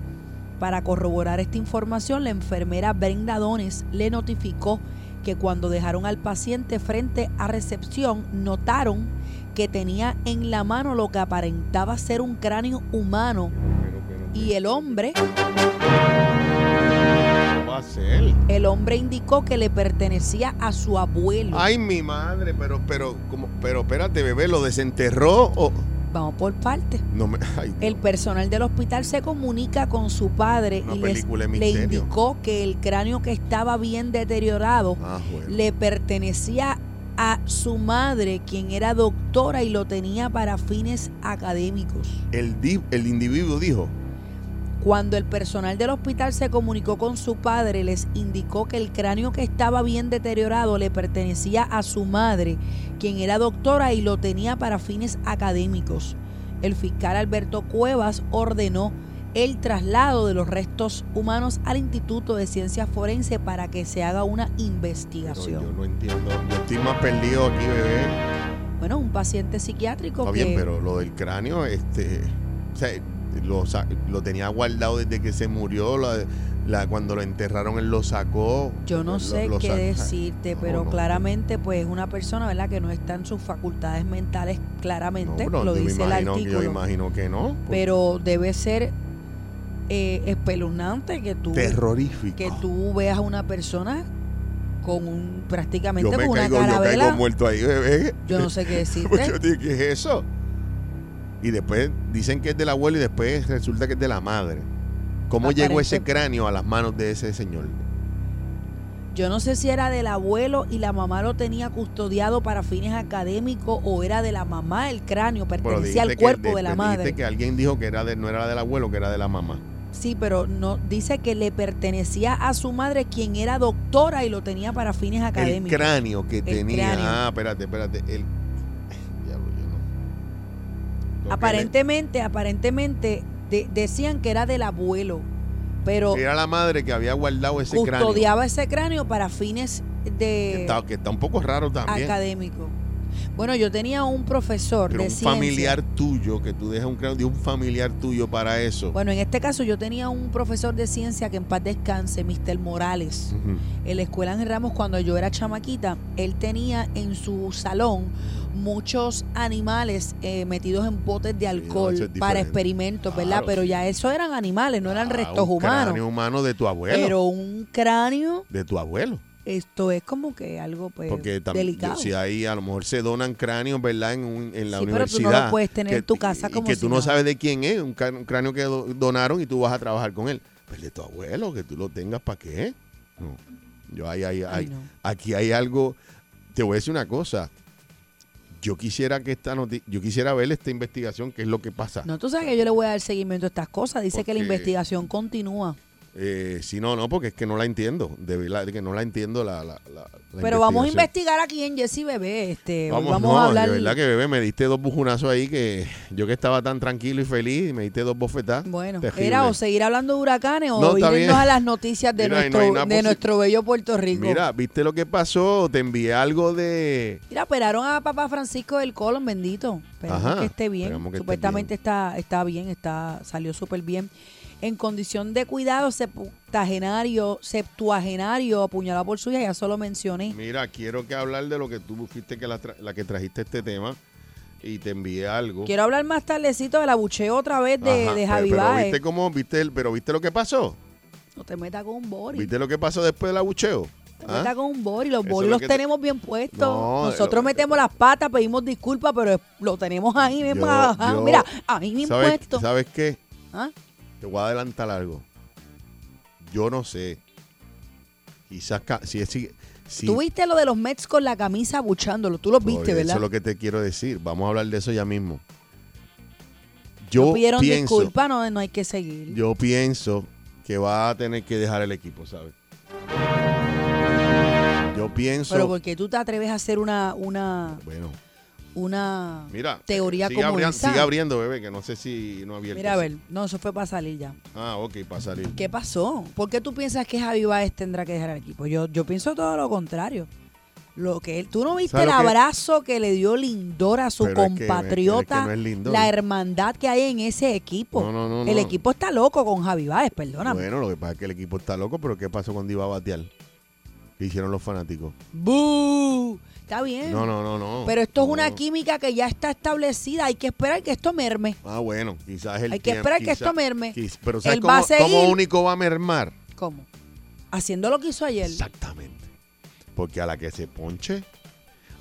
C: para corroborar esta información, la enfermera Brenda Dones le notificó que cuando dejaron al paciente frente a recepción, notaron que tenía en la mano lo que aparentaba ser un cráneo humano y el hombre,
B: ¿Qué va a hacer?
C: el hombre indicó que le pertenecía a su abuelo.
B: Ay, mi madre, pero, pero, como, pero espérate, bebé, ¿lo desenterró o...?
C: Vamos por partes.
B: No me... Ay, Dios
C: El
B: mío.
C: personal del hospital se comunica con su padre
B: Una
C: y les-
B: película de
C: le
B: misterio.
C: indicó que el cráneo que estaba bien deteriorado
B: Ah, bueno.
C: le pertenecía a su madre, quien era doctora y lo tenía para fines académicos.
B: El, di- el individuo dijo,
C: Cuando el personal del hospital se comunicó con su padre, les indicó que el cráneo que estaba bien deteriorado le pertenecía a su madre, quien era doctora y lo tenía para fines académicos. El fiscal Alberto Cuevas ordenó el traslado de los restos humanos al Instituto de Ciencias Forense para que se haga una
B: "Pero
C: investigación.
B: yo no entiendo, yo estoy más perdido aquí, bebé.
C: Bueno, un paciente psiquiátrico
B: Está
C: que
B: bien, pero lo del cráneo, este, o sea, lo, sa- lo tenía guardado desde que se murió, la, la- cuando lo enterraron él lo sacó.
C: yo no
B: lo-
C: sé
B: lo
C: qué
B: sa-
C: decirte,
B: no,
C: pero
B: no.
C: claramente pues es una persona, ¿verdad? Que no está en sus facultades mentales,
B: No,
C: claramente,
B: pero
C: lo
B: yo me
C: dice el
B: imagino-
C: artículo.
B: Yo imagino que no. pues,
C: pero debe ser eh, espeluznante que tú,
B: terrorífico.
C: que tú veas a una persona con un, prácticamente
B: yo me
C: con una
B: caigo, yo
C: carabela.
B: caigo
C: Yo,
B: muerto ahí, bebé.
C: no sé qué
B: Pues yo
C: decirte.
B: digo, ¿qué es eso? Y después dicen que es del abuelo y después resulta que es de la madre. ¿Cómo llegó ese
C: Aparente-
B: cráneo a las manos de ese señor?
C: Yo no sé si era del abuelo y la mamá lo tenía custodiado para fines académicos o era de la mamá el cráneo, pertenecía
B: dijiste
C: al
B: que-
C: cuerpo de
B: después
C: la
B: dijiste
C: madre.
B: que alguien dijo que era de, no era del abuelo, que era de la mamá.
C: Sí, pero no dice que le pertenecía a su madre, quien era doctora y lo tenía para fines
B: El
C: académicos.
B: cráneo que tenía.
C: cráneo.
B: Ah, espérate, espérate. El... Diablo, yo no. Lo que
C: aparentemente, aparentemente de- decían que era del abuelo, pero
B: le- Era la madre que había guardado ese cráneo.
C: custodiaba ese cráneo para fines
B: Que
C: de
B: está, que está un poco raro también.
C: académicos. Bueno, yo tenía un profesor
B: Pero
C: de
B: un
C: ciencia.
B: familiar tuyo, que tú dejas un cráneo de un familiar tuyo para eso.
C: Bueno, en este caso yo tenía un profesor de ciencia que en paz descanse, Mr. Morales.
B: Ujú.
C: en la escuela en Ramos cuando yo era chamaquita, él tenía en su salón muchos animales eh, metidos en botes de
B: no,
C: alcohol
B: eso es
C: para
B: diferente.
C: experimentos, ¿verdad?
B: Claro,
C: Pero
B: sí.
C: ya eso eran animales, no eran
B: Ah,
C: restos
B: un
C: humanos.
B: cráneo humano de tu abuelo.
C: Pero un cráneo,
B: de tu abuelo.
C: esto es como que algo pues,
B: Porque también
C: delicado.
B: si ahí a lo mejor se donan cráneos, ¿verdad? En, un- en la
C: Sí, pero tú no
B: universidad.
C: lo puedes tener en tu casa
B: y
C: como
B: que
C: si
B: tú no
C: nada.
B: sabes de quién es, un crá- un cráneo que do- donaron y tú vas a trabajar con él. Pues de tu abuelo, que tú lo tengas, ¿para qué? No. Yo ahí, ahí,
C: Ay,
B: ahí-
C: no.
B: aquí hay algo. Te voy a decir una cosa. Yo quisiera que esta noti- yo quisiera ver esta investigación, qué es lo que pasa.
C: No, tú sabes que yo le voy a dar seguimiento a estas cosas. Dice que la
B: Porque-
C: investigación continúa.
B: Eh, si no, no, porque es que no la entiendo. De verdad que no la entiendo la, la, la- la
C: Pero vamos
B: investigación.
C: a investigar aquí en Jessy Bebé. Este,
B: Vamos,
C: vamos,
B: no,
C: a hablar.
B: De verdad que, bebé, me diste dos bujunazos ahí que yo que estaba tan tranquilo y feliz, me diste dos bofetadas.
C: Bueno,
B: Terrible.
C: era o seguir hablando de huracanes o
B: No, está
C: irnos
B: bien.
C: a las noticias de,
B: Mira, ahí no hay
C: nuestro,
B: nada
C: de
B: posi-
C: nuestro bello Puerto Rico.
B: Mira, ¿viste lo que pasó? Te envié algo de...
C: Mira, operaron a papá Francisco del Colon, bendito. Esperamos
B: Ajá,
C: que esté bien.
B: esperamos que esté
C: Supuestamente está, está bien, está, salió súper bien. En condición de cuidado, septuagenario, septuagenario, apuñalado por suya, ya solo mencioné.
B: Mira, quiero que hablar de lo que tú fuiste que la, tra- la que trajiste este tema y te envié algo.
C: Quiero hablar más tardecito del abucheo otra vez de,
B: Ajá,
C: de
B: pe-
C: Javi
B: pero,
C: Baez.
B: viste cómo, viste, el- pero viste lo que pasó.
C: No te metas con un bori.
B: ¿Viste lo que pasó después del abucheo?
C: te
B: ¿Ah?
C: metas con un bori. Los
B: Eso es
C: boris
B: lo
C: los
B: que te-
C: tenemos bien puestos.
B: No, eh, lo-
C: Nosotros metemos las patas, pedimos disculpas, pero lo tenemos ahí mismo.
B: Yo-
C: ajá,
B: yo-
C: mira, ahí mismo
B: ¿Sabes,
C: puesto.
B: ¿Sabes qué?
C: ¿Ah?
B: Te voy a adelantar algo. Yo no sé. Quizás ca- si es si, si-
C: Tú viste lo de los Mets con la camisa abuchándolo. Tú los
B: Por
C: viste,
B: Eso
C: ¿verdad?
B: es lo que te quiero decir. Vamos a hablar de eso ya mismo. Yo
C: pidieron
B: pienso,
C: disculpas, no, no hay que seguir.
B: yo pienso que va a tener que dejar el equipo, ¿sabes? Yo pienso,
C: Pero porque tú te atreves a hacer una, una,
B: bueno,
C: una
B: mira, eh,
C: teoría
B: sigue,
C: como
B: abri-
C: esa.
B: sigue abriendo, bebé, que no sé si no ha abierto.
C: Mira, a ver, no, eso fue para salir ya.
B: Ah, ok, para salir.
C: ¿Qué pasó? ¿Por qué tú piensas que Javi Baez tendrá que dejar el equipo? Yo, yo pienso todo lo contrario. Lo que él, tú no viste
B: ¿Sabes
C: el
B: lo que-
C: abrazo que le dio Lindor a su
B: Pero es que-
C: compatriota,
B: es que no es Lindor.
C: la hermandad que hay en ese equipo.
B: No, no, no,
C: el
B: no.
C: equipo está loco con Javi Baez, perdóname.
B: Bueno, lo que pasa es que el equipo está loco, pero ¿qué pasó cuando iba a batear? ¿Qué hicieron los fanáticos?
C: ¡Bú! Está bien.
B: No, no, no, no.
C: Pero esto es
B: No,
C: una
B: no.
C: química que ya está establecida. Hay que esperar que esto merme.
B: Ah, bueno, quizás el
C: Hay que
B: tiemp-
C: esperar que
B: quizá-
C: esto merme.
B: quiz- pero ¿sabes
C: Él va a
B: cómo, cómo
C: seguir.
B: único va a mermar?
C: ¿Cómo? Haciendo lo que hizo ayer.
B: Exactamente. Porque a la que se ponche,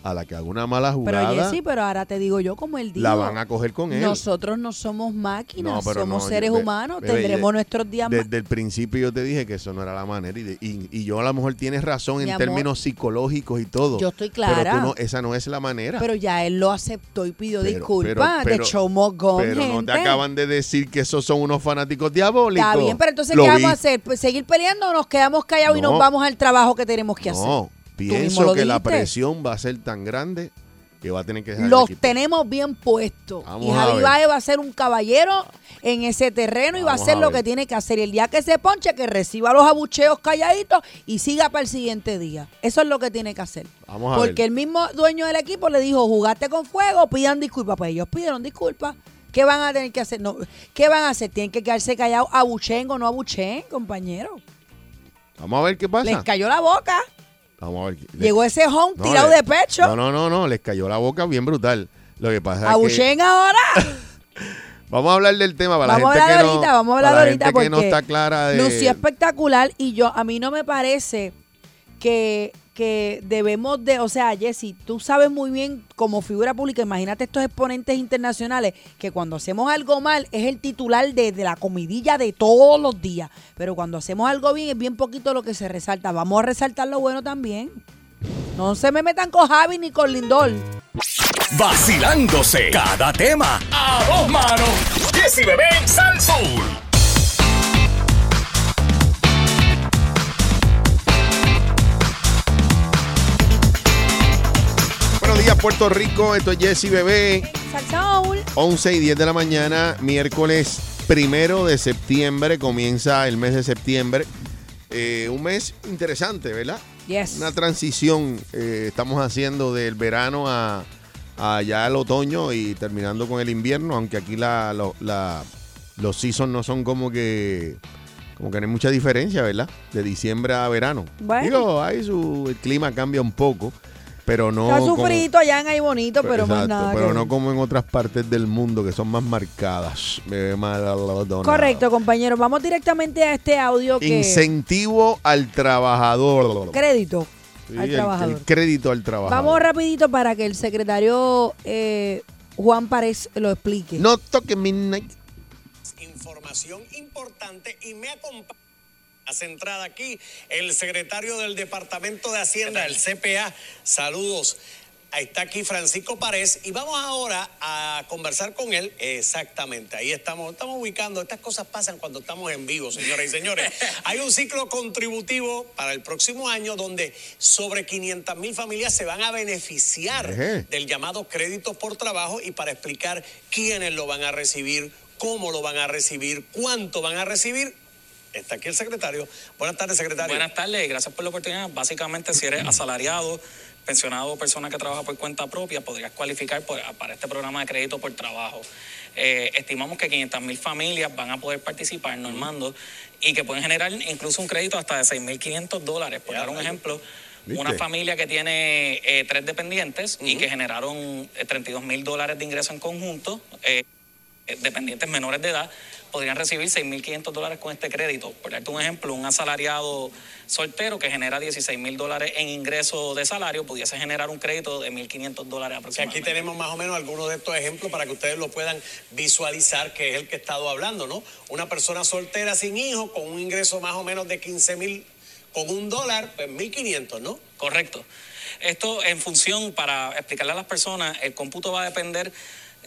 B: a la que haga una mala
C: Pero
B: jugada,
C: Jessy, pero ahora te digo yo como él dijo.
B: la van a coger con él.
C: Nosotros no somos
B: No,
C: máquinas,
B: pero
C: somos
B: no,
C: seres
B: yo- be-
C: humanos,
B: bebé,
C: tendremos
B: de-
C: nuestros días ma-
B: Desde el principio yo te dije que eso no era la manera. Y, de- y- y yo a lo mejor tienes razón
C: Mi
B: en
C: amor,
B: términos psicológicos y todo.
C: yo estoy
B: Pero tú
C: clara.
B: no, esa no es la manera.
C: Pero ya él lo aceptó y pidió
B: Pero-
C: disculpas.
B: pero- pero-
C: de Chomo
B: Pero no te acaban de decir que esos son unos fanáticos diabólicos.
C: Está bien, pero entonces,
B: Lo
C: ¿qué vamos
B: vi.
C: a hacer? Pues, ¿Seguir peleando o nos quedamos callados y
B: No.
C: nos vamos al trabajo que tenemos que hacer?
B: No, pienso
C: mismo
B: que
C: lo
B: la
C: dijiste.
B: presión va a ser tan grande que va a tener que dejar el
C: Los
B: equipo.
C: tenemos bien puestos.
B: Vamos
C: y
B: a
C: Javi
B: ver.
C: Baez va a ser un caballero en ese terreno y va a
B: Vamos
C: hacer
B: a
C: lo
B: ver.
C: que tiene que hacer. Y el día que se ponche, que reciba los abucheos calladitos y siga para el siguiente día. Eso es lo que tiene que hacer.
B: Vamos a
C: Porque
B: ver.
C: el mismo dueño del equipo le dijo, jugaste con fuego, pidan disculpas. Pues ellos pidieron disculpas. ¿Qué van a tener que hacer? No, ¿Qué van a hacer? Tienen que quedarse callados. Abucheen o no abucheen, compañero.
B: Vamos a ver qué
C: Les
B: pasa.
C: cayó la boca.
B: Vamos a ver. qué- le-
C: Llegó ese home
B: no,
C: tirado
B: le-
C: de pecho.
B: No, no, no, no, les cayó la boca bien brutal. Lo que pasa es que
C: Abucheen ahora.
B: vamos a hablar del tema para
C: vamos a
B: la gente
C: hablar
B: que no
C: ahorita, vamos a hablar
B: para la
C: ahorita
B: gente
C: porque
B: que no está clara de
C: lució espectacular y yo a mí no me parece que, que debemos de, o sea, Jessy, tú sabes muy bien como figura pública, imagínate estos exponentes internacionales que cuando hacemos algo mal es el titular de, de la comidilla de todos los días, pero cuando hacemos algo bien es bien poquito lo que se resalta. Vamos a resaltar lo bueno también. No se me metan con Javi ni con Lindor.
A: Vacilándose cada tema a dos manos. Jessy Bebé Salsoul.
B: Buenos días, Puerto Rico. Esto es Jesse Bebé.
C: Salsaúl.
B: 11 y 10 de la mañana, miércoles primero de septiembre. Comienza el mes de septiembre. Eh, un mes interesante, ¿verdad?
C: Yes.
B: Una transición eh, estamos haciendo del verano a, a ya el otoño y terminando con el invierno, aunque aquí la, lo- la- los seasons no son como que como que no hay mucha diferencia, ¿verdad? De diciembre a verano.
C: Bueno.
B: Digo, ahí su, el clima cambia un poco, pero no
C: Está
B: como-
C: sufrito allá en ahí bonito, pero, más
B: Exacto,
C: nada.
B: pero
C: que-
B: no como en otras partes del mundo que son más marcadas. Bebé Maldonado.
C: Correcto, compañero. Vamos directamente a este audio que
B: Incentivo al trabajador.
C: crédito
B: Sí,
C: al
B: el-
C: trabajador.
B: el crédito al trabajador.
C: Vamos rapidito para que el secretario eh, Juan Párez lo explique.
B: No toque midnight.
D: información importante y me acompaña centrada aquí el secretario del Departamento de Hacienda, el CPA. Saludos. Ahí está aquí Francisco Párez y vamos ahora a conversar con él exactamente. Ahí estamos, estamos ubicando, estas cosas pasan cuando estamos en vivo, señoras y señores. Hay un ciclo contributivo para el próximo año donde sobre 500 mil familias se van a beneficiar
B: Ejé.
D: del llamado crédito por trabajo y para explicar quiénes lo van a recibir, cómo lo van a recibir, cuánto van a recibir. Está aquí el secretario. Buenas tardes, secretario.
E: Buenas tardes, gracias por la oportunidad. Básicamente, si eres asalariado, pensionado o persona que trabaja por cuenta propia, podrías cualificar por- para este programa de crédito por trabajo. Eh, estimamos que 500.000 familias van a poder participar, Normando, y que pueden generar incluso un crédito hasta de 6.500 dólares. Por
D: Ya,
E: dar un
D: rayo.
E: ejemplo,
B: ¿Viste?
E: una familia que tiene eh, tres dependientes y que generaron eh, 32.000 dólares de ingreso en conjunto. eh, eh, dependientes menores de edad podrían recibir 6.500 dólares con este crédito. Por darte un ejemplo, un asalariado soltero que genera 16.000 dólares en ingreso de salario pudiese generar un crédito de 1.500 dólares
D: Que aquí
E: aproximadamente.
D: tenemos más o menos algunos de estos ejemplos para que ustedes lo puedan visualizar, que es el que he estado hablando, ¿no? Una persona soltera sin hijos con un ingreso más o menos de 15 mil, con un dólar, pues 1.500, ¿no?
E: Correcto. Esto en función, para explicarle a las personas, el cómputo va a depender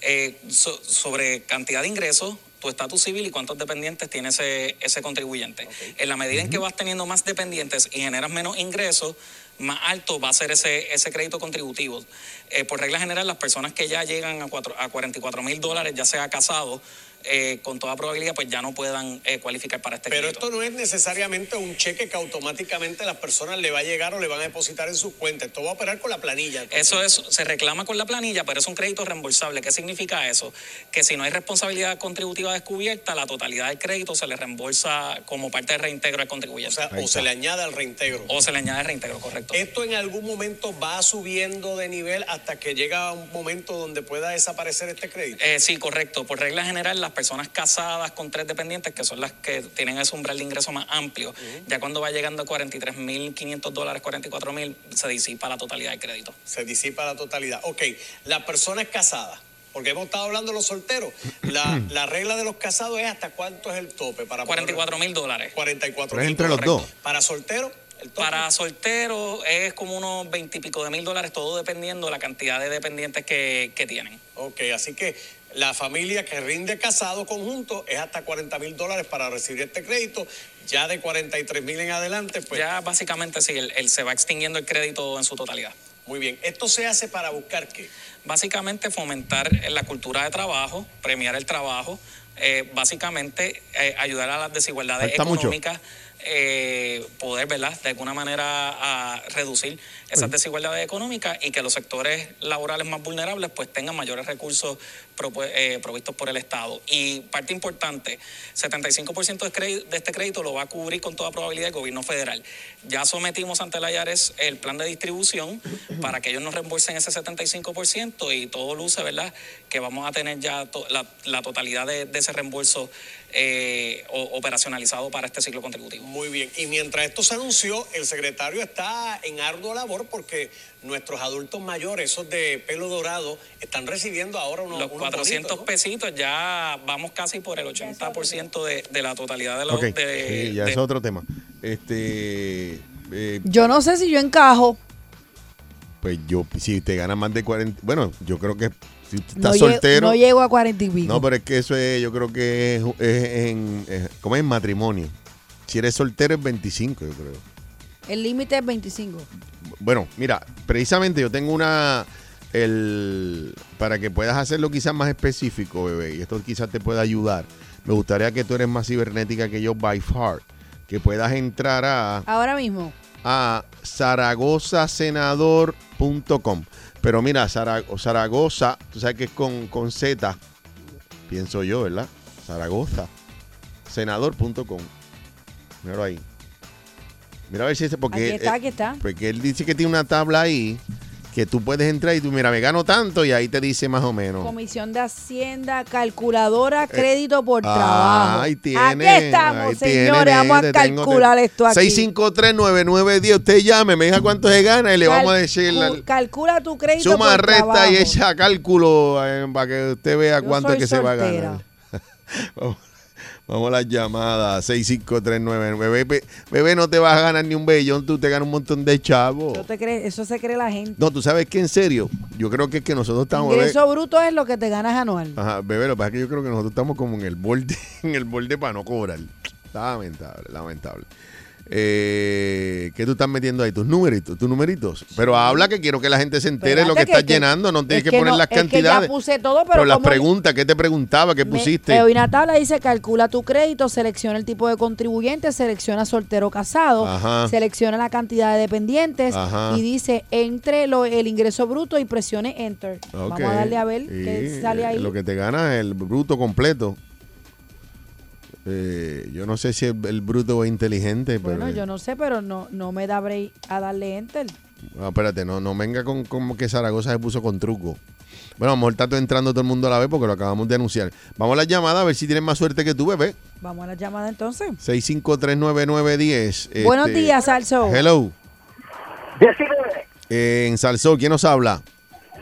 E: eh, so- sobre cantidad de ingresos, tu estatus civil y cuántos dependientes tiene ese, ese contribuyente. En la medida en que vas teniendo más dependientes y generas menos ingresos, más alto va a ser ese, ese crédito contributivo. Eh, por regla general, las personas que ya llegan a, cuatro, a 44 mil dólares, ya sea casados, eh, con toda probabilidad, pues ya no puedan eh, cualificar para este
D: Pero
E: crédito.
D: esto no es necesariamente un cheque que automáticamente las personas le va a llegar o le van a depositar en sus cuentas. Esto va a operar con la planilla. entonces.
E: Eso es, se reclama con la planilla, pero es un crédito reembolsable. ¿Qué significa eso? Que si no hay responsabilidad contributiva descubierta, la totalidad del crédito se le reembolsa como parte de reintegro al
D: O
E: contribuyente.
D: sea, eh,
B: Ahí
D: o se
B: está.
D: le añade al reintegro.
E: o se le añade reintegro, correcto.
D: Esto en algún momento va subiendo de nivel hasta que llega un momento donde pueda desaparecer este crédito.
E: Eh, sí, correcto. Por regla general, las personas casadas con tres dependientes, que son las que tienen ese umbral de ingreso más amplio, ya cuando va llegando a 43.500 dólares, 44.000, se disipa la totalidad del crédito.
D: Se disipa la totalidad. Ok, la persona es casada, porque hemos estado hablando de los solteros. La, la regla de los casados es hasta cuánto es el tope para poder-
E: 44.000 dólares.
D: 44
B: Pero es entre los dos.
D: Para soltero, el tope.
E: Para solteros es como unos 20 y pico de mil dólares, todo dependiendo de la cantidad de dependientes que, que tienen.
D: Ok, así que la familia que rinde casado conjunto es hasta 40 mil dólares para recibir este crédito. Ya de 43 mil en adelante, pues
E: ya básicamente sí, el, el- se va extinguiendo el crédito en su totalidad.
D: muy bien. Esto se hace para buscar qué.
E: Básicamente fomentar la cultura de trabajo, premiar el trabajo, eh, básicamente eh, ayudar a las desigualdades
B: Falta mucho.
E: económicas, eh, poder, ¿verdad?, de alguna manera a reducir esas desigualdades económicas y que los sectores laborales más vulnerables pues tengan mayores recursos propu- eh, provistos por el Estado. Y parte importante, 75% de cre- de este crédito lo va a cubrir con toda probabilidad el gobierno federal. Ya sometimos ante la IARES el plan de distribución para que ellos nos reembolsen ese 75% y todo luce, ¿verdad?, que vamos a tener ya to- la, la totalidad de, de ese reembolso eh, o- operacionalizado para este ciclo contributivo.
D: Muy bien. Y mientras esto se anunció, el secretario está en ardua labor porque nuestros adultos mayores, esos de pelo dorado, están recibiendo ahora unos,
E: Los
D: unos
E: 400
D: bonitos, ¿no?
E: pesitos ya vamos casi por el 80% de, de la totalidad de los...
B: Ok,
E: de-
B: sí, ya
E: de-
B: es otro tema. Este, eh,
C: Yo no sé si yo encajo.
B: pues yo, si te ganas más de 40, bueno, yo creo que si tú estás
C: no, lle-
B: soltero.
C: no llego a 40 y pico.
B: No, pero es que eso es, yo creo que es, es en, es- ¿cómo es? En matrimonio. Si eres soltero es 25, yo creo.
C: El límite es 25.
B: Bueno, mira, precisamente yo tengo una, el, para que puedas hacerlo quizás más específico, bebé, y esto quizás te pueda ayudar. Me gustaría que tú eres más cibernética que yo, by far, que puedas entrar a...
C: Ahora mismo.
B: a zaragozasenador.com. Pero mira, Zara- Zaragoza, tú sabes que es con, con Z, pienso yo, ¿verdad? Zaragoza, senador.com. Míralo ahí. Mira a ver si ese, porque,
C: aquí está,
B: eh,
C: aquí está.
B: porque él dice que tiene una tabla ahí que tú puedes entrar y tú, mira, me gano tanto y ahí te dice más o menos.
C: Comisión de Hacienda, calculadora, crédito por trabajo.
B: Ahí Eh, tiene.
C: Aquí estamos,
B: ahí tiene,
C: señores. Vamos a
B: te tengo, te-
C: calcular esto aquí.
B: 6539910. Usted llame, me diga cuánto se gana y le vamos a decir. la-
C: Calcu- Calcula tu crédito
B: Suma,
C: por
B: resta
C: trabajo.
B: y echa cálculo eh, para que usted vea
C: Yo
B: cuánto es
C: soy
B: que se va a
C: soltera.
B: ganar. Vamos- Vamos a las llamadas. 65399. Bebé, bebé, no te vas a ganar ni un bellón, tú te ganas un montón de chavos.
C: Eso, te cree- eso se cree la gente.
B: Oh. No, tú sabes que en serio, yo creo que es que nosotros estamos. bebé-
C: Ingreso bruto es lo que te ganas anual.
B: Ajá, bebé, lo que pasa es que yo creo que nosotros estamos como en el borde, en el borde para no cobrar. Lamentable, lamentable. Eh, ¿Qué tú estás metiendo ahí? Tus numeritos, tus numeritos. Pero habla que quiero que la gente se entere
C: Espérate
B: lo que,
C: que-
B: estás
C: que-
B: llenando, no tienes
C: es
B: que,
C: que
B: poner
C: no,
B: las
C: es que ya
B: cantidades.
C: puse todo, pero
B: las
C: ¿cómo-
B: preguntas, ¿qué te preguntaba? ¿Qué
C: Me-
B: pusiste?
C: eh, Hoy una tabla dice calcula tu crédito, selecciona el tipo de contribuyente, selecciona soltero o casado,
B: Ajá.
C: selecciona la cantidad de dependientes
B: Ajá.
C: y dice entre lo, el ingreso bruto y presione enter.
B: Ok.
C: Vamos a darle a ver
B: Sí,
C: qué sale
B: eh,
C: ahí.
B: Lo que te gana es el bruto completo. Eh, yo no sé si el, el bruto es inteligente,
C: bueno,
B: pero.
C: yo no sé, pero no, no me da break a darle enter.
B: Ah, espérate, no, no venga con como que Zaragoza se puso con truco. Bueno, a lo mejor está todo entrando todo el mundo a la vez porque lo acabamos de anunciar. Vamos a la llamada a ver si tienen más suerte que tú, bebé.
C: Vamos a la llamada entonces.
B: 6539910. este,
C: Buenos días, Alzo.
B: Hello.
F: Jessy,
B: Eh, en Salsó, ¿quién nos habla?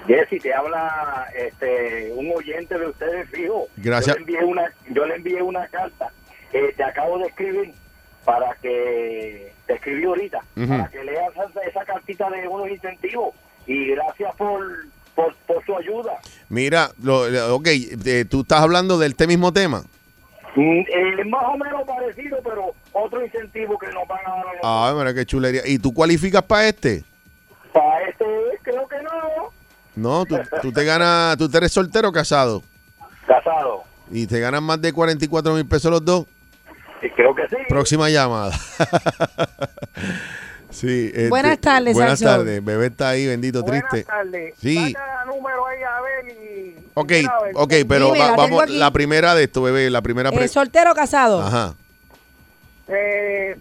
F: Jessy, te habla este, un oyente de ustedes fijo.
B: Gracias.
F: Yo le envié una, yo le envié una carta. Eh, te acabo de escribir para que te escribí ahorita
B: Ujú.
F: para que leas esa, esa cartita de unos incentivos y gracias por por, por su ayuda.
B: Mira, lo- lo- ok, eh, tú estás hablando de este mismo tema.
F: Mm, eh, más o menos parecido, pero otro incentivo que nos van a dar a nosotros.
B: Ay, mira qué chulería. ¿Y tú cualificas para este?
F: para este es, creo que no.
B: No, tú, tú te ganas, tú eres soltero o casado
F: Casado.
B: y te ganas más de 44 mil pesos los dos.
F: Y creo que sí.
B: Próxima llamada. sí, este,
C: Buenas tardes,
B: Buenas
C: Salsón.
B: tardes. Bebé está ahí, bendito, triste. Sí.
F: Saca número ahí a ver y...
B: Ok, ok, pero va-
C: Dime, la tengo
B: vamos,
C: aquí.
B: la primera de esto, bebé, la primera
C: Eh,
B: pre-
C: soltero o casado.
B: Ajá.
F: eh,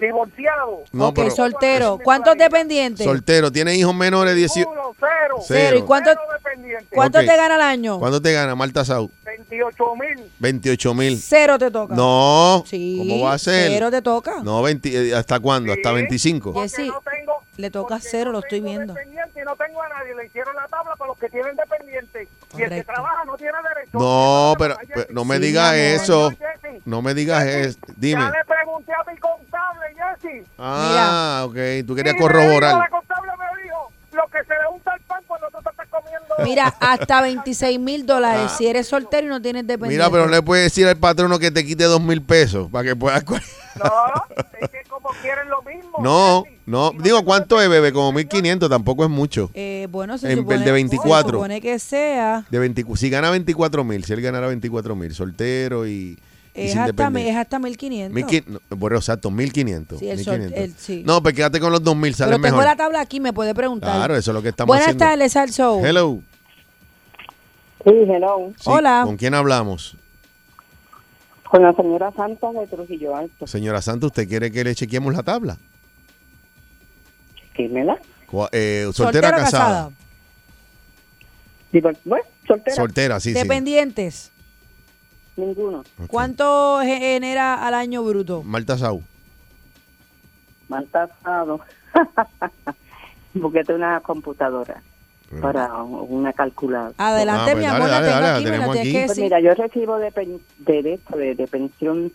F: divorciado.
B: No,
C: ok,
B: pero-
C: soltero. ¿Cuántos dependientes?
B: Soltero, tiene hijos menores de 18.
F: Uno, cero.
C: Cero. ¿Y
B: Cero.
C: cuánto,
F: Cero dependiente.
C: cuánto
B: Ok.
C: te gana al año?
B: ¿Cuánto te gana Marta Sau?
F: 28 mil.
B: 28 mil.
C: Cero te toca.
B: No.
C: Sí,
B: ¿Cómo va a ser?
C: cero te toca.
B: No, 20, eh, ¿hasta cuándo? Hasta
F: Sí.
B: 25.
C: Yes. Jessy,
F: tengo,
C: le toca
F: porque
C: cero, lo estoy
F: tengo
C: viendo.
F: dependiente y no tengo a nadie. Le hicieron la tabla para los que tienen dependiente. Y el que
C: Correcto.
F: trabaja no tiene derecho.
B: No,
F: Esa
B: pero,
F: tabla,
B: pero no
F: Jessy.
B: me
C: Sí,
B: digas
C: amor.
B: eso.
F: Señor Jessy,
B: No me digas
F: Jessy,
B: eso. Dime.
F: Ya le pregunté a mi contable, Jessy.
B: Ah, ok. Tú querías
F: Y me dijo,
B: corroborar.
F: La contable me dijo, lo que se le unta al pan cuando tú te estás comiendo...
C: Mira, hasta 26 mil dólares si eres soltero y no tienes dependiente.
B: Ah. Mira, pero no le puedes decir al patrono que te quite dos mil pesos para que puedas. cu-
F: No, es que como quieren lo mismo.
B: No,
F: Jessy.
B: no.
F: Y
B: Digo,
F: te
B: ¿cuánto es, bebé? Como 1500, tampoco es mucho.
C: Eh, bueno, se
B: En- el
C: supone,
B: de 24.
C: se supone que sea.
B: De 20 si gana 24 mil, si él ganara 24 mil, soltero y, y
C: Es
B: sin
C: hasta, me- es
B: dependencia.
C: hasta 1500.
B: Mil quin- no, bueno, exacto, 1500.
C: Sí, el
B: 1500.
C: sol- el- sí.
B: No, pero quédate con los 2000,
C: pero
B: sale
C: tengo
B: mejor.
C: la tabla aquí, me puede preguntar.
B: Claro, eso es lo que estamos
C: Buenas
B: haciendo.
C: tardes, al show.
B: Hello.
G: Sí, hello,
B: Sí,
C: Hola.
B: ¿Con quién hablamos?
G: con la señora Santa de Trujillo Alto.
B: Señora Santa, ¿usted quiere que le chequeemos la tabla?
G: Dímela.
B: Cua- eh, soltera,
C: Soltero o
B: casada.
C: casada.
G: Digo, pues, bueno, soltera,
B: Soltera, sí,
C: Dependientes.
G: ninguno.
B: sí. Ok.
C: ¿Cuánto genera al año bruto?
B: Marta Sau.
G: Mal tasado. Porque tengo una computadora para una calculadora.
C: Adelante,
B: Ah, pues
C: mi
B: dale,
C: amor,
B: dale,
C: la tengo
B: dale, la
C: aquí, me la
B: tenemos
C: tienes que
B: aquí.
G: Pues
C: decir.
G: mira, yo recibo de, pen- de, esto, de, de pensión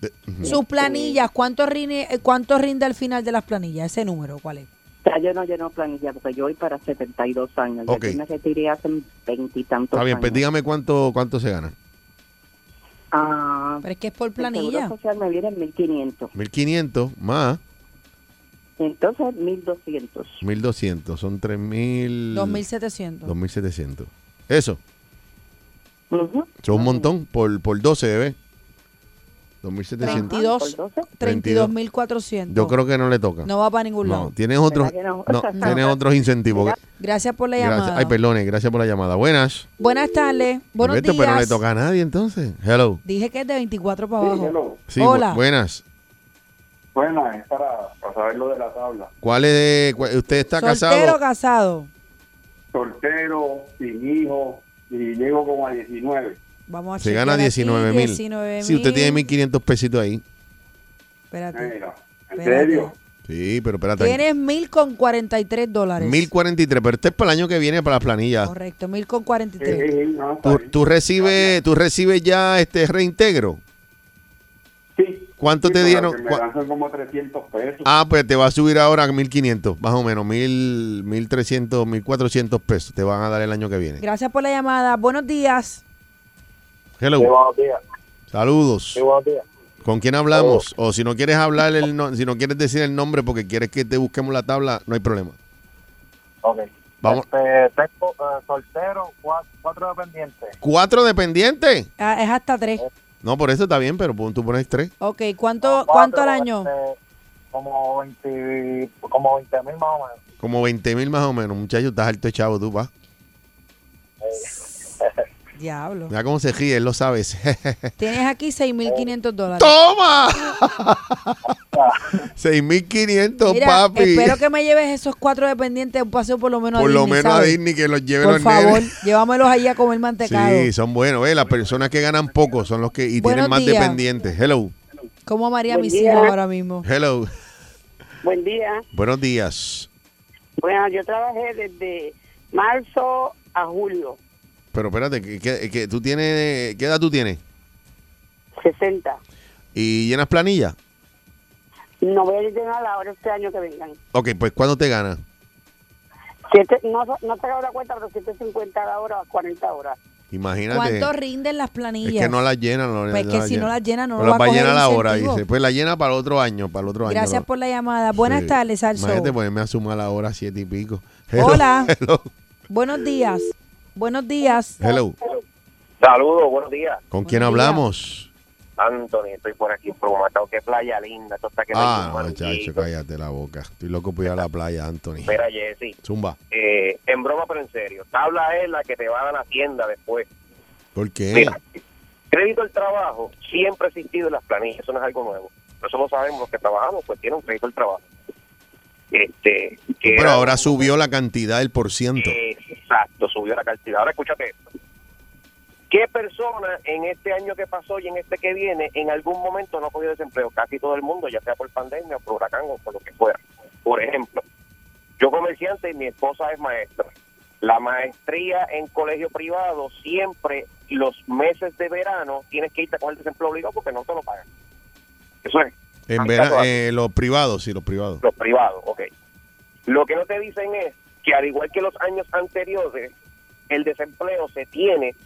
B: De- ujú.
C: Sus planillas, ¿cuánto rinde, eh, ¿cuánto rinde al final de las planillas? Ese número, ¿cuál es?
G: O sea, yo no lleno planilla porque yo voy para 72 años.
B: Ok.
G: Yo me retiré hace veintitantos
B: Está
G: años.
B: bien, pues dígame cuánto, cuánto se gana.
G: Ah,
C: Pero es que es por
G: el seguro
C: Pues, planilla.
G: social me viene en 1500.
B: 1500 más
G: Entonces, 1200.
B: 1200. Son 3000.
C: 2.700.
B: 2700. Eso.
G: Ujú.
B: Son un montón por, por 12 debe. 2700.
G: Treinta.
C: 32,
G: Ah, Por 12.
C: 32.400.
B: Yo creo que no le toca.
C: No va para ningún
B: No,
C: lado.
B: tienes otros,
G: que no?
B: no, tienes otros incentivos.
G: Mira,
C: Gracias por la
B: Gracias.
C: llamada.
B: Ay, perdones, gracias por la llamada. Buenas.
C: Buenas tardes. Buenos
B: Vete,
C: días.
B: Pero no le toca a nadie entonces. Hello.
C: Dije que es de 24 para abajo.
B: Sí,
C: Hola.
B: bu- buenas.
F: Bueno, es para, para saber lo de la tabla.
B: ¿Cuál es? cua- ¿Usted está
C: Soltero
B: casado?
C: o casado.
F: Soltero, sin hijo, y llego como a 19.
C: Vamos a
B: Se gana 19 mil. Si usted tiene 1500 pesitos ahí.
C: Espérate.
F: Mira, ¿en
C: Espérate.
F: serio?
B: Sí, pero espérate.
C: Tienes 1000 con 43 dólares.
B: 1043, pero este es para el año que viene para las planillas.
C: Correcto, 1000 con
F: Sí,
C: 43.
F: sí, no, está
B: ¿Tú,
F: bien.
B: tú recibes tú recibes ya este reintegro?
H: Sí.
B: ¿Cuánto
H: Sí,
B: te
H: pero
B: dieron?
H: que Me
B: Cua-
H: lanzan como 300 pesos.
B: Ah, pues te va a subir ahora a 1500, más o menos, 1000, 1300, 1400 pesos te van a dar el año que viene.
C: Gracias por la llamada. Buenos días.
B: Hello,
F: Sí, buenos días.
B: saludos.
F: Sí, buenos días.
B: ¿Con quién hablamos? O si no quieres hablar, el no- si no quieres decir el nombre porque quieres que te busquemos la tabla, no hay problema.
F: Ok.
B: Vamos.
F: Este, tengo, eh, soltero, cuatro, cuatro dependientes.
B: ¿Cuatro dependientes?
C: Ah, es hasta tres.
B: No, por eso está bien, pero pon- tú pones tres.
C: Ok, ¿cuánto,
F: Cuatro,
C: cuánto al año?
F: este, como 20 como 20 mil más o menos.
B: Como 20 mil más o menos, muchacho, estás alto de chavo tú, va.
C: Diablo.
B: Mira cómo se ríe, él lo sabe.
C: Tienes aquí 6.500 dólares.
B: ¡Toma! 6500,
C: Mira,
B: papi.
C: espero que me lleves esos cuatro dependientes a un paseo por lo menos
B: Por
C: a
B: lo
C: Disney.
B: menos a
C: ¿sabes?
B: Disney que los lleve
C: Por
B: los
C: favor,
B: nenes.
C: llévamelos allí a comer mantecado.
B: Sí, son buenos. Eh, las personas que ganan poco son los que y
C: Buenos
B: tienen más
C: días.
B: dependientes. Hello,
C: ¿Cómo amaría a
G: Buen
C: mis
G: día.
C: hijos ahora mismo?
B: hello.
G: Buen día.
B: Buenos días.
G: Bueno, yo trabajé desde marzo a julio,
B: Pero espérate, que, que- que tú tienes, ¿qué edad tú tienes?
G: 60.
B: ¿Y llenas planilla?
G: No voy a decir nada ahora este año que vengan.
B: Ok, pues ¿cuándo te ganas?
G: Siete, no, no sacaba la cuenta, pero 750 a la hora, 40 horas.
B: Imagínate.
C: ¿Cuánto rinden las
B: Es
C: planillas?
B: que no las llenan. No,
C: Pues
B: no
C: que si no las llenan, no lo va
B: las
C: a coger
B: llenar ahora.
C: incentivo.
B: Dice. Pues la llena para el otro año, para el otro año.
C: Gracias
B: lo-
C: por la llamada. Buenas
B: Sí.
C: tardes, Alzo.
B: Imagínate pues, ponerme a sumar la hora siete y pico.
C: Hola.
B: Hello.
C: Buenos días. Buenos días.
B: hello.
F: Saludos, buenos días.
B: ¿Con quién
C: Buen día.
B: hablamos?
F: Anthony, estoy por aquí, por Matao, qué playa linda. Esto está que
B: Ah,
F: me
B: no, chacho, cállate la boca. Estoy loco por ir a la playa, Anthony.
F: Mira, Jessy,
B: Zumba.
F: eh, en broma pero en serio, tabla es la que te va a dar la tienda después.
B: ¿Por qué?
F: Mira, crédito al trabajo siempre ha existido en las planillas, eso no es algo nuevo. Eso lo sabemos los que trabajamos, pues tiene un crédito al trabajo. Este, que
B: Pero
F: era-
B: ahora subió la cantidad del por ciento.
F: Eh, Exacto, subió la cantidad. Ahora escúchate esto. ¿Qué persona en este año que pasó y en este que viene en algún momento no ha cogido desempleo? Casi todo el mundo, ya sea por pandemia o por huracán o por lo que fuera. Por ejemplo, yo comerciante y mi esposa es maestra. La maestría en colegio privado siempre los meses de verano tienes que irte a coger desempleo obligado porque no te lo pagan. Eso es
B: En
F: Ahí
B: vera-
F: está todo.
B: eh, los privados, sí, los privados.
F: los privados, ok. Lo que no te dicen es que al igual que los años anteriores, el desempleo se tiene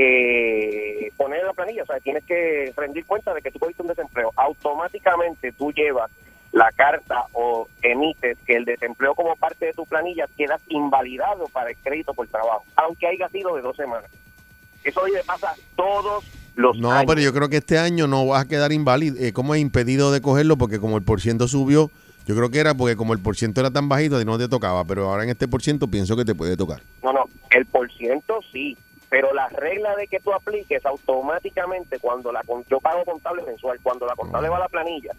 F: que poner en la planilla, o sea, tienes que rendir cuenta de que tú cogiste un desempleo. Automáticamente tú llevas la carta o emites que el desempleo como parte de tu planilla quedas invalidado para el crédito por trabajo, aunque haya sido de dos semanas. Eso le pasa todos los
B: No,
F: años.
B: pero yo creo que este año no vas a quedar inválido. Eh, ¿Cómo es impedido de cogerlo? Porque como el por ciento subió, yo creo que era porque como el por ciento era tan bajito, a ti no te tocaba. Pero ahora en este por ciento pienso que te puede tocar.
F: No, no, el por ciento sí, pero la regla de que tú apliques automáticamente cuando la con- yo pago contable mensual, cuando la contable va a la planilla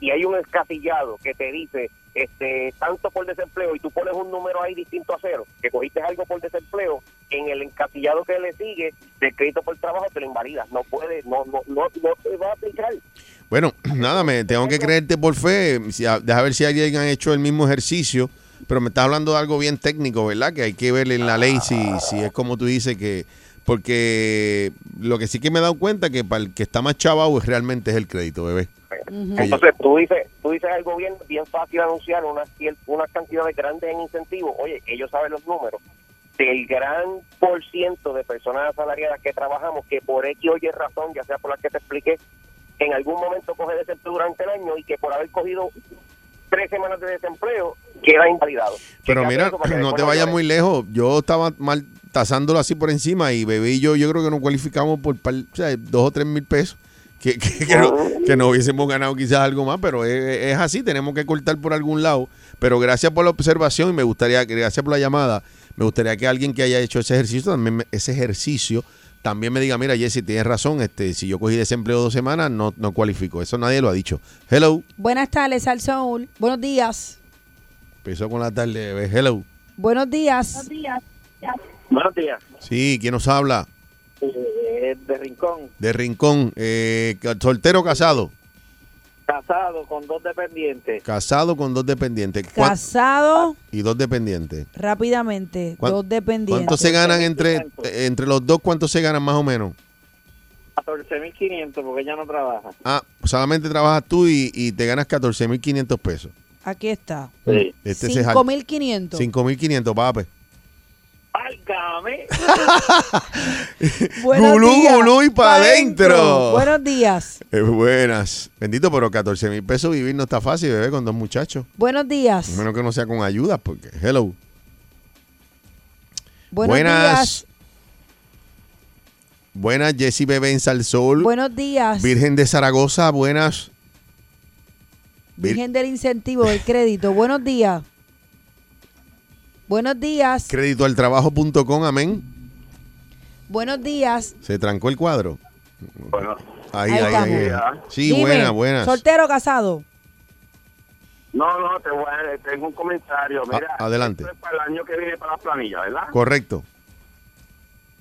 F: y hay un escasillado que te dice este tanto por desempleo y tú pones un número ahí distinto a cero, que cogiste algo por desempleo, en el encasillado que le sigue del crédito por trabajo te lo invalidas, no puedes, no, no, no, no te va a aplicar.
B: Bueno, nada, me tengo que creerte por fe. Si, a- deja ver si alguien ha hecho el mismo ejercicio. Pero me estás hablando de algo bien técnico, ¿verdad? Que hay que ver en la ley si, si es como tú dices que... Porque lo que sí que me he dado cuenta que para el que está más chavado es- realmente es el crédito, bebé. Que yo-
F: Entonces tú dices, tú dices al gobierno bien fácil anunciar unas cier- unas cantidades grandes en incentivos. Oye, ellos saben los números del gran por ciento de personas asalariadas que trabajamos que por X o Y razón, ya sea por la que te expliqué, en algún momento coge desempleo durante el año y que por haber cogido tres semanas de desempleo queda invalidado.
B: Pero
F: Chécate
B: mira,
F: eso para que
B: no
F: después
B: te vayas
F: llores.
B: muy lejos. Yo estaba mal tasándolo así por encima y bebé y yo, yo creo que nos cualificamos por par- o sea, dos o tres mil pesos. Que, que, que no, que no hubiésemos ganado quizás algo más, pero es, es así, tenemos que cortar por algún lado. Pero gracias por la observación y me gustaría, gracias por la llamada, me gustaría que alguien que haya hecho ese ejercicio, también me- ese ejercicio, también me diga, mira Jesse, tienes razón, este si yo cogí desempleo dos semanas, no, no cualifico. Eso nadie lo ha dicho. Hello,
C: Buenas tardes, Alzo. Buenos días.
B: empezó con la tarde, bebé. hello.
C: Buenos días.
F: Buenos días,
B: Sí, ¿quién nos habla?
F: Eh, de Rincón,
B: De Rincón, eh, ca- soltero o casado.
F: casado con dos dependientes.
B: Casado con dos dependientes. ¿Cuán-
C: Casado
B: Y dos dependientes.
C: rápidamente.
B: ¿Cuán-
C: Dos dependientes.
B: ¿Cuánto se ganan entre, entre los dos? ¿Cuánto se ganan más o menos?
H: 14.500 porque ella no trabaja.
B: Ah, solamente trabajas tú y, y te ganas 14.500 pesos.
C: Aquí está.
H: Sí.
B: Este se jal-
C: 5.500.
B: 5.500, papi.
H: ¡Válgame!
C: Buenos
B: Gulú,
C: días.
B: gulú y pa'
C: Pa'
B: adentro.
C: adentro. Buenos días.
B: Eh, buenas. Bendito, pero 14 mil pesos vivir no está fácil, bebé, con dos muchachos.
C: Buenos días.
B: A menos que no sea con ayudas, porque, hello.
C: Buenos
B: buenas.
C: días.
B: Buenas, Jessy Bebé en Salsol.
C: Buenos días.
B: Virgen de Zaragoza, buenas. Vir-
C: Virgen del incentivo del crédito. Buenos días. Buenos días.
B: Crédito al trabajo.com, amén.
C: Buenos días.
B: Se trancó el cuadro.
A: Bueno,
B: Ahí,
C: Ahí
B: ahí, ahí.
A: estamos.
B: Sí,
C: Dime,
B: buenas, buenas.
C: Soltero o casado.
A: no, no, te voy a, tengo un comentario. Mira,
B: A- adelante.
A: esto es para el año que viene para las planillas, ¿verdad?
B: Correcto.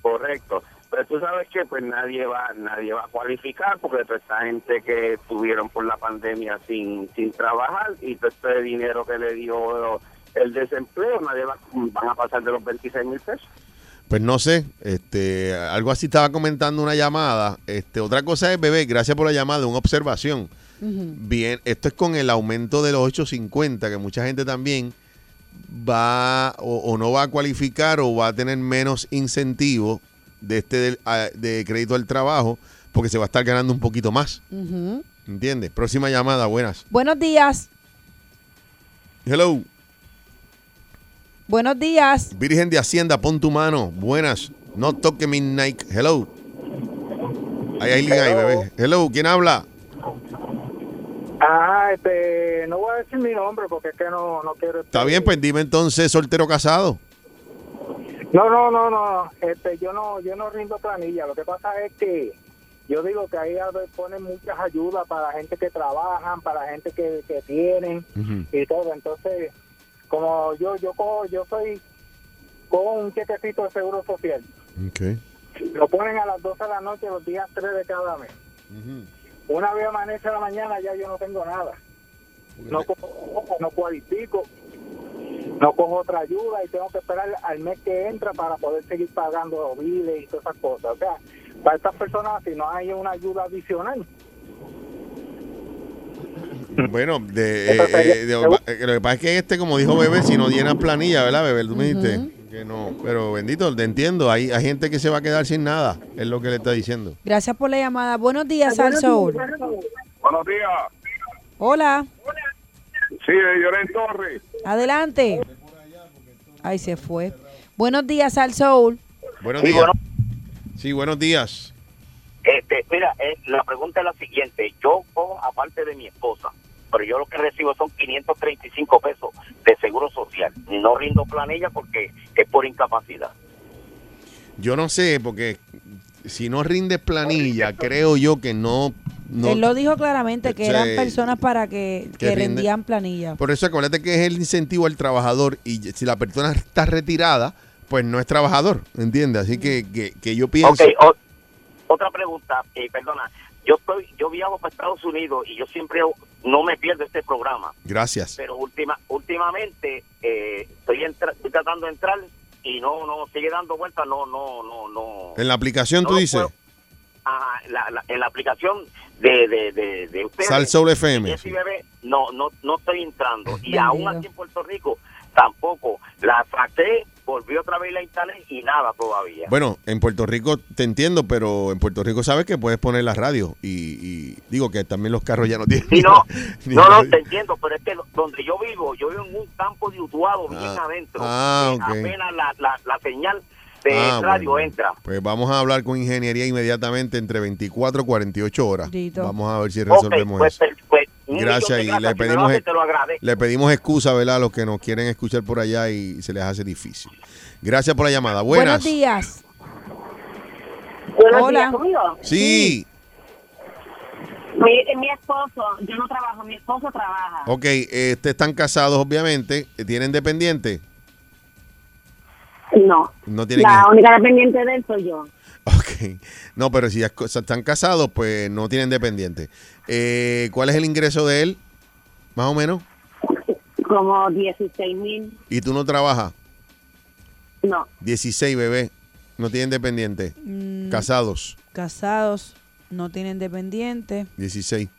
A: Correcto. Pero tú sabes que pues nadie va nadie va a cualificar porque toda esta gente que estuvieron por la pandemia sin sin trabajar y todo este dinero que le dio el desempleo, nadie va, van a pasar de los 26 mil pesos.
B: Pues no sé, este, algo así estaba comentando una llamada. Este, otra cosa es, bebé, gracias por la llamada, una observación. Bien, esto es con el aumento de los 8.50, que mucha gente también va o, o no va a cualificar o va a tener menos incentivo de este del- a- de crédito al trabajo porque se va a estar ganando un poquito más.
C: Ujú.
B: ¿Entiendes? Próxima llamada, buenas.
C: Buenos días.
B: Hello,
C: Buenos días.
B: Virgen de Hacienda, pon tu mano. Buenas, no toque mi Nike. Hello. Ahí hay alguien ahí, bebé. Hello, ¿quién habla?
H: Ah, este, no voy a decir mi nombre porque es que no, no quiero... este-
B: Está bien, pues dime entonces, soltero casado.
H: No, no, no, no, este, yo no, yo no rindo planilla, lo que pasa es que yo digo que ahí a ver, ponen muchas ayudas para la gente que trabajan, para la gente que, que tienen y todo, entonces, como yo, yo cojo, yo soy, cojo un chequecito de seguro social,
B: Ok.
H: lo ponen a las 12 de la noche los días 3 de cada mes. Una vez amanece la mañana ya yo no tengo nada. No cojo, no cualifico, no cojo otra ayuda y tengo que esperar al mes que entra para poder seguir pagando los biles y todas esas cosas. O sea, para estas personas si no hay una ayuda adicional.
B: Bueno, de, eh, eh, de- eh, lo que pasa es que este, como dijo Bebé, si no llenas planilla, ¿verdad, Bebé? Tú me dijiste que no. Pero bendito, te entiendo. Hay, hay gente que se va a quedar sin nada, es lo que le está diciendo.
C: Gracias por la llamada. Buenos días, al sol.
A: Buenos días.
C: Hola.
A: Sí, Lloren Torres.
C: Adelante. Ahí se fue. Buenos días, al sol.
B: Buenos
F: Sí,
B: días.
F: bueno.
B: Sí, buenos días.
F: Este, mira, eh, la pregunta es la siguiente. Yo cojo aparte de mi esposa, pero yo lo que recibo son 535 pesos de seguro social. No rindo planilla porque es por incapacidad.
B: Yo no sé, porque si no rindes planilla, creo yo que no. no
C: Él lo dijo claramente que
B: Sí.
C: eran personas para que,
B: Que
C: que
B: rinde-
C: rendían planilla.
B: Por eso acuérdate que es el incentivo al trabajador y si la persona está retirada, pues no es trabajador, ¿entiendes? Así que, que, que yo pienso...
F: Ok, o- otra pregunta, eh, perdona. Yo estoy, yo viajo para Estados Unidos y yo siempre no me pierdo este programa,
B: Gracias.
F: pero última, últimamente eh, estoy, entra- estoy tratando de entrar y no, no, sigue dando vueltas, no, no, no, no.
B: En la aplicación
F: No
B: tú
F: lo
B: dices,
F: puedo. Ajá, la- la- en la aplicación de, de, de, de ustedes.
B: Sal Soul FM.
F: Jesse Bebé, no, no, no estoy entrando. Y
C: Bendito.
F: aún aquí en Puerto Rico tampoco. La saqué, volví otra vez y la instalé y nada todavía.
B: Bueno, en Puerto Rico te entiendo, pero en Puerto Rico sabes que puedes poner la radio y, y digo que también los carros ya no tienen...
F: Sí, no,
B: ni
F: no, no,
B: radio.
F: te entiendo, pero es que lo- donde yo vivo, yo vivo en un campo de Utuado bien
B: Ah,
F: adentro.
B: ah,
F: que
B: ok.
F: Apenas la, la, la señal de
B: Ah,
F: radio
B: bueno.
F: entra.
B: Pues vamos a hablar con ingeniería inmediatamente entre 24 y 48 horas.
C: Dito.
B: Vamos a ver si
F: Ok,
B: resolvemos
F: pues,
B: eso.
F: per- pues, un millón
B: Gracias
F: de
B: y
F: gracias.
B: le
F: Si me lo
B: pedimos
F: haces,
B: el-
F: te lo agradezco.
B: Le pedimos excusa, ¿verdad? A los que nos quieren escuchar por allá y se les hace difícil. Gracias por la llamada. Buenas.
C: Buenos días.
G: Buenos
C: Hola.
G: días, conmigo.
B: Sí.
G: Mi, mi esposo, yo no trabajo, mi esposo trabaja.
B: Ok, este, están casados, obviamente. ¿Tienen dependiente?
G: No,
B: No tienen.
G: la única dependiente de él soy yo.
B: Ok. No, pero si ya co- están casados, pues no tienen dependiente. Eh, ¿Cuál es el ingreso de él? Más o menos.
G: Como 16 mil,
B: ¿Y tú no trabajas?
G: no.
B: 16, bebé. No tienen dependiente.
C: Mm,
B: Casados.
C: casados. no tienen dependientes.
B: 16.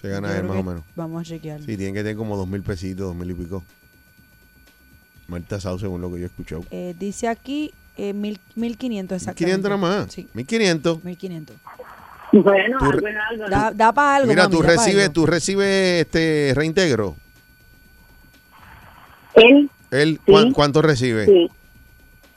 B: Se
C: Yo
B: gana él
C: creo
B: más
C: que
B: o menos.
C: Vamos a chequear.
B: Sí, tienen que tener como dos mil pesitos, dos mil y pico. Mal tasado según lo que yo he escuchado.
C: Eh, dice aquí eh, mil- 1500 exactamente.
B: 500 nada más. 1500.
C: 1500.
G: Bueno,
B: Tú algo re-
C: Da, para algo.
B: Mira,
C: mami,
B: tú
C: da pa'
B: recibes,
C: algo.
B: tú recibes este reintegro.
G: Él,
B: ¿Él
G: Sí.
B: cuán- cuánto recibe?
G: sí.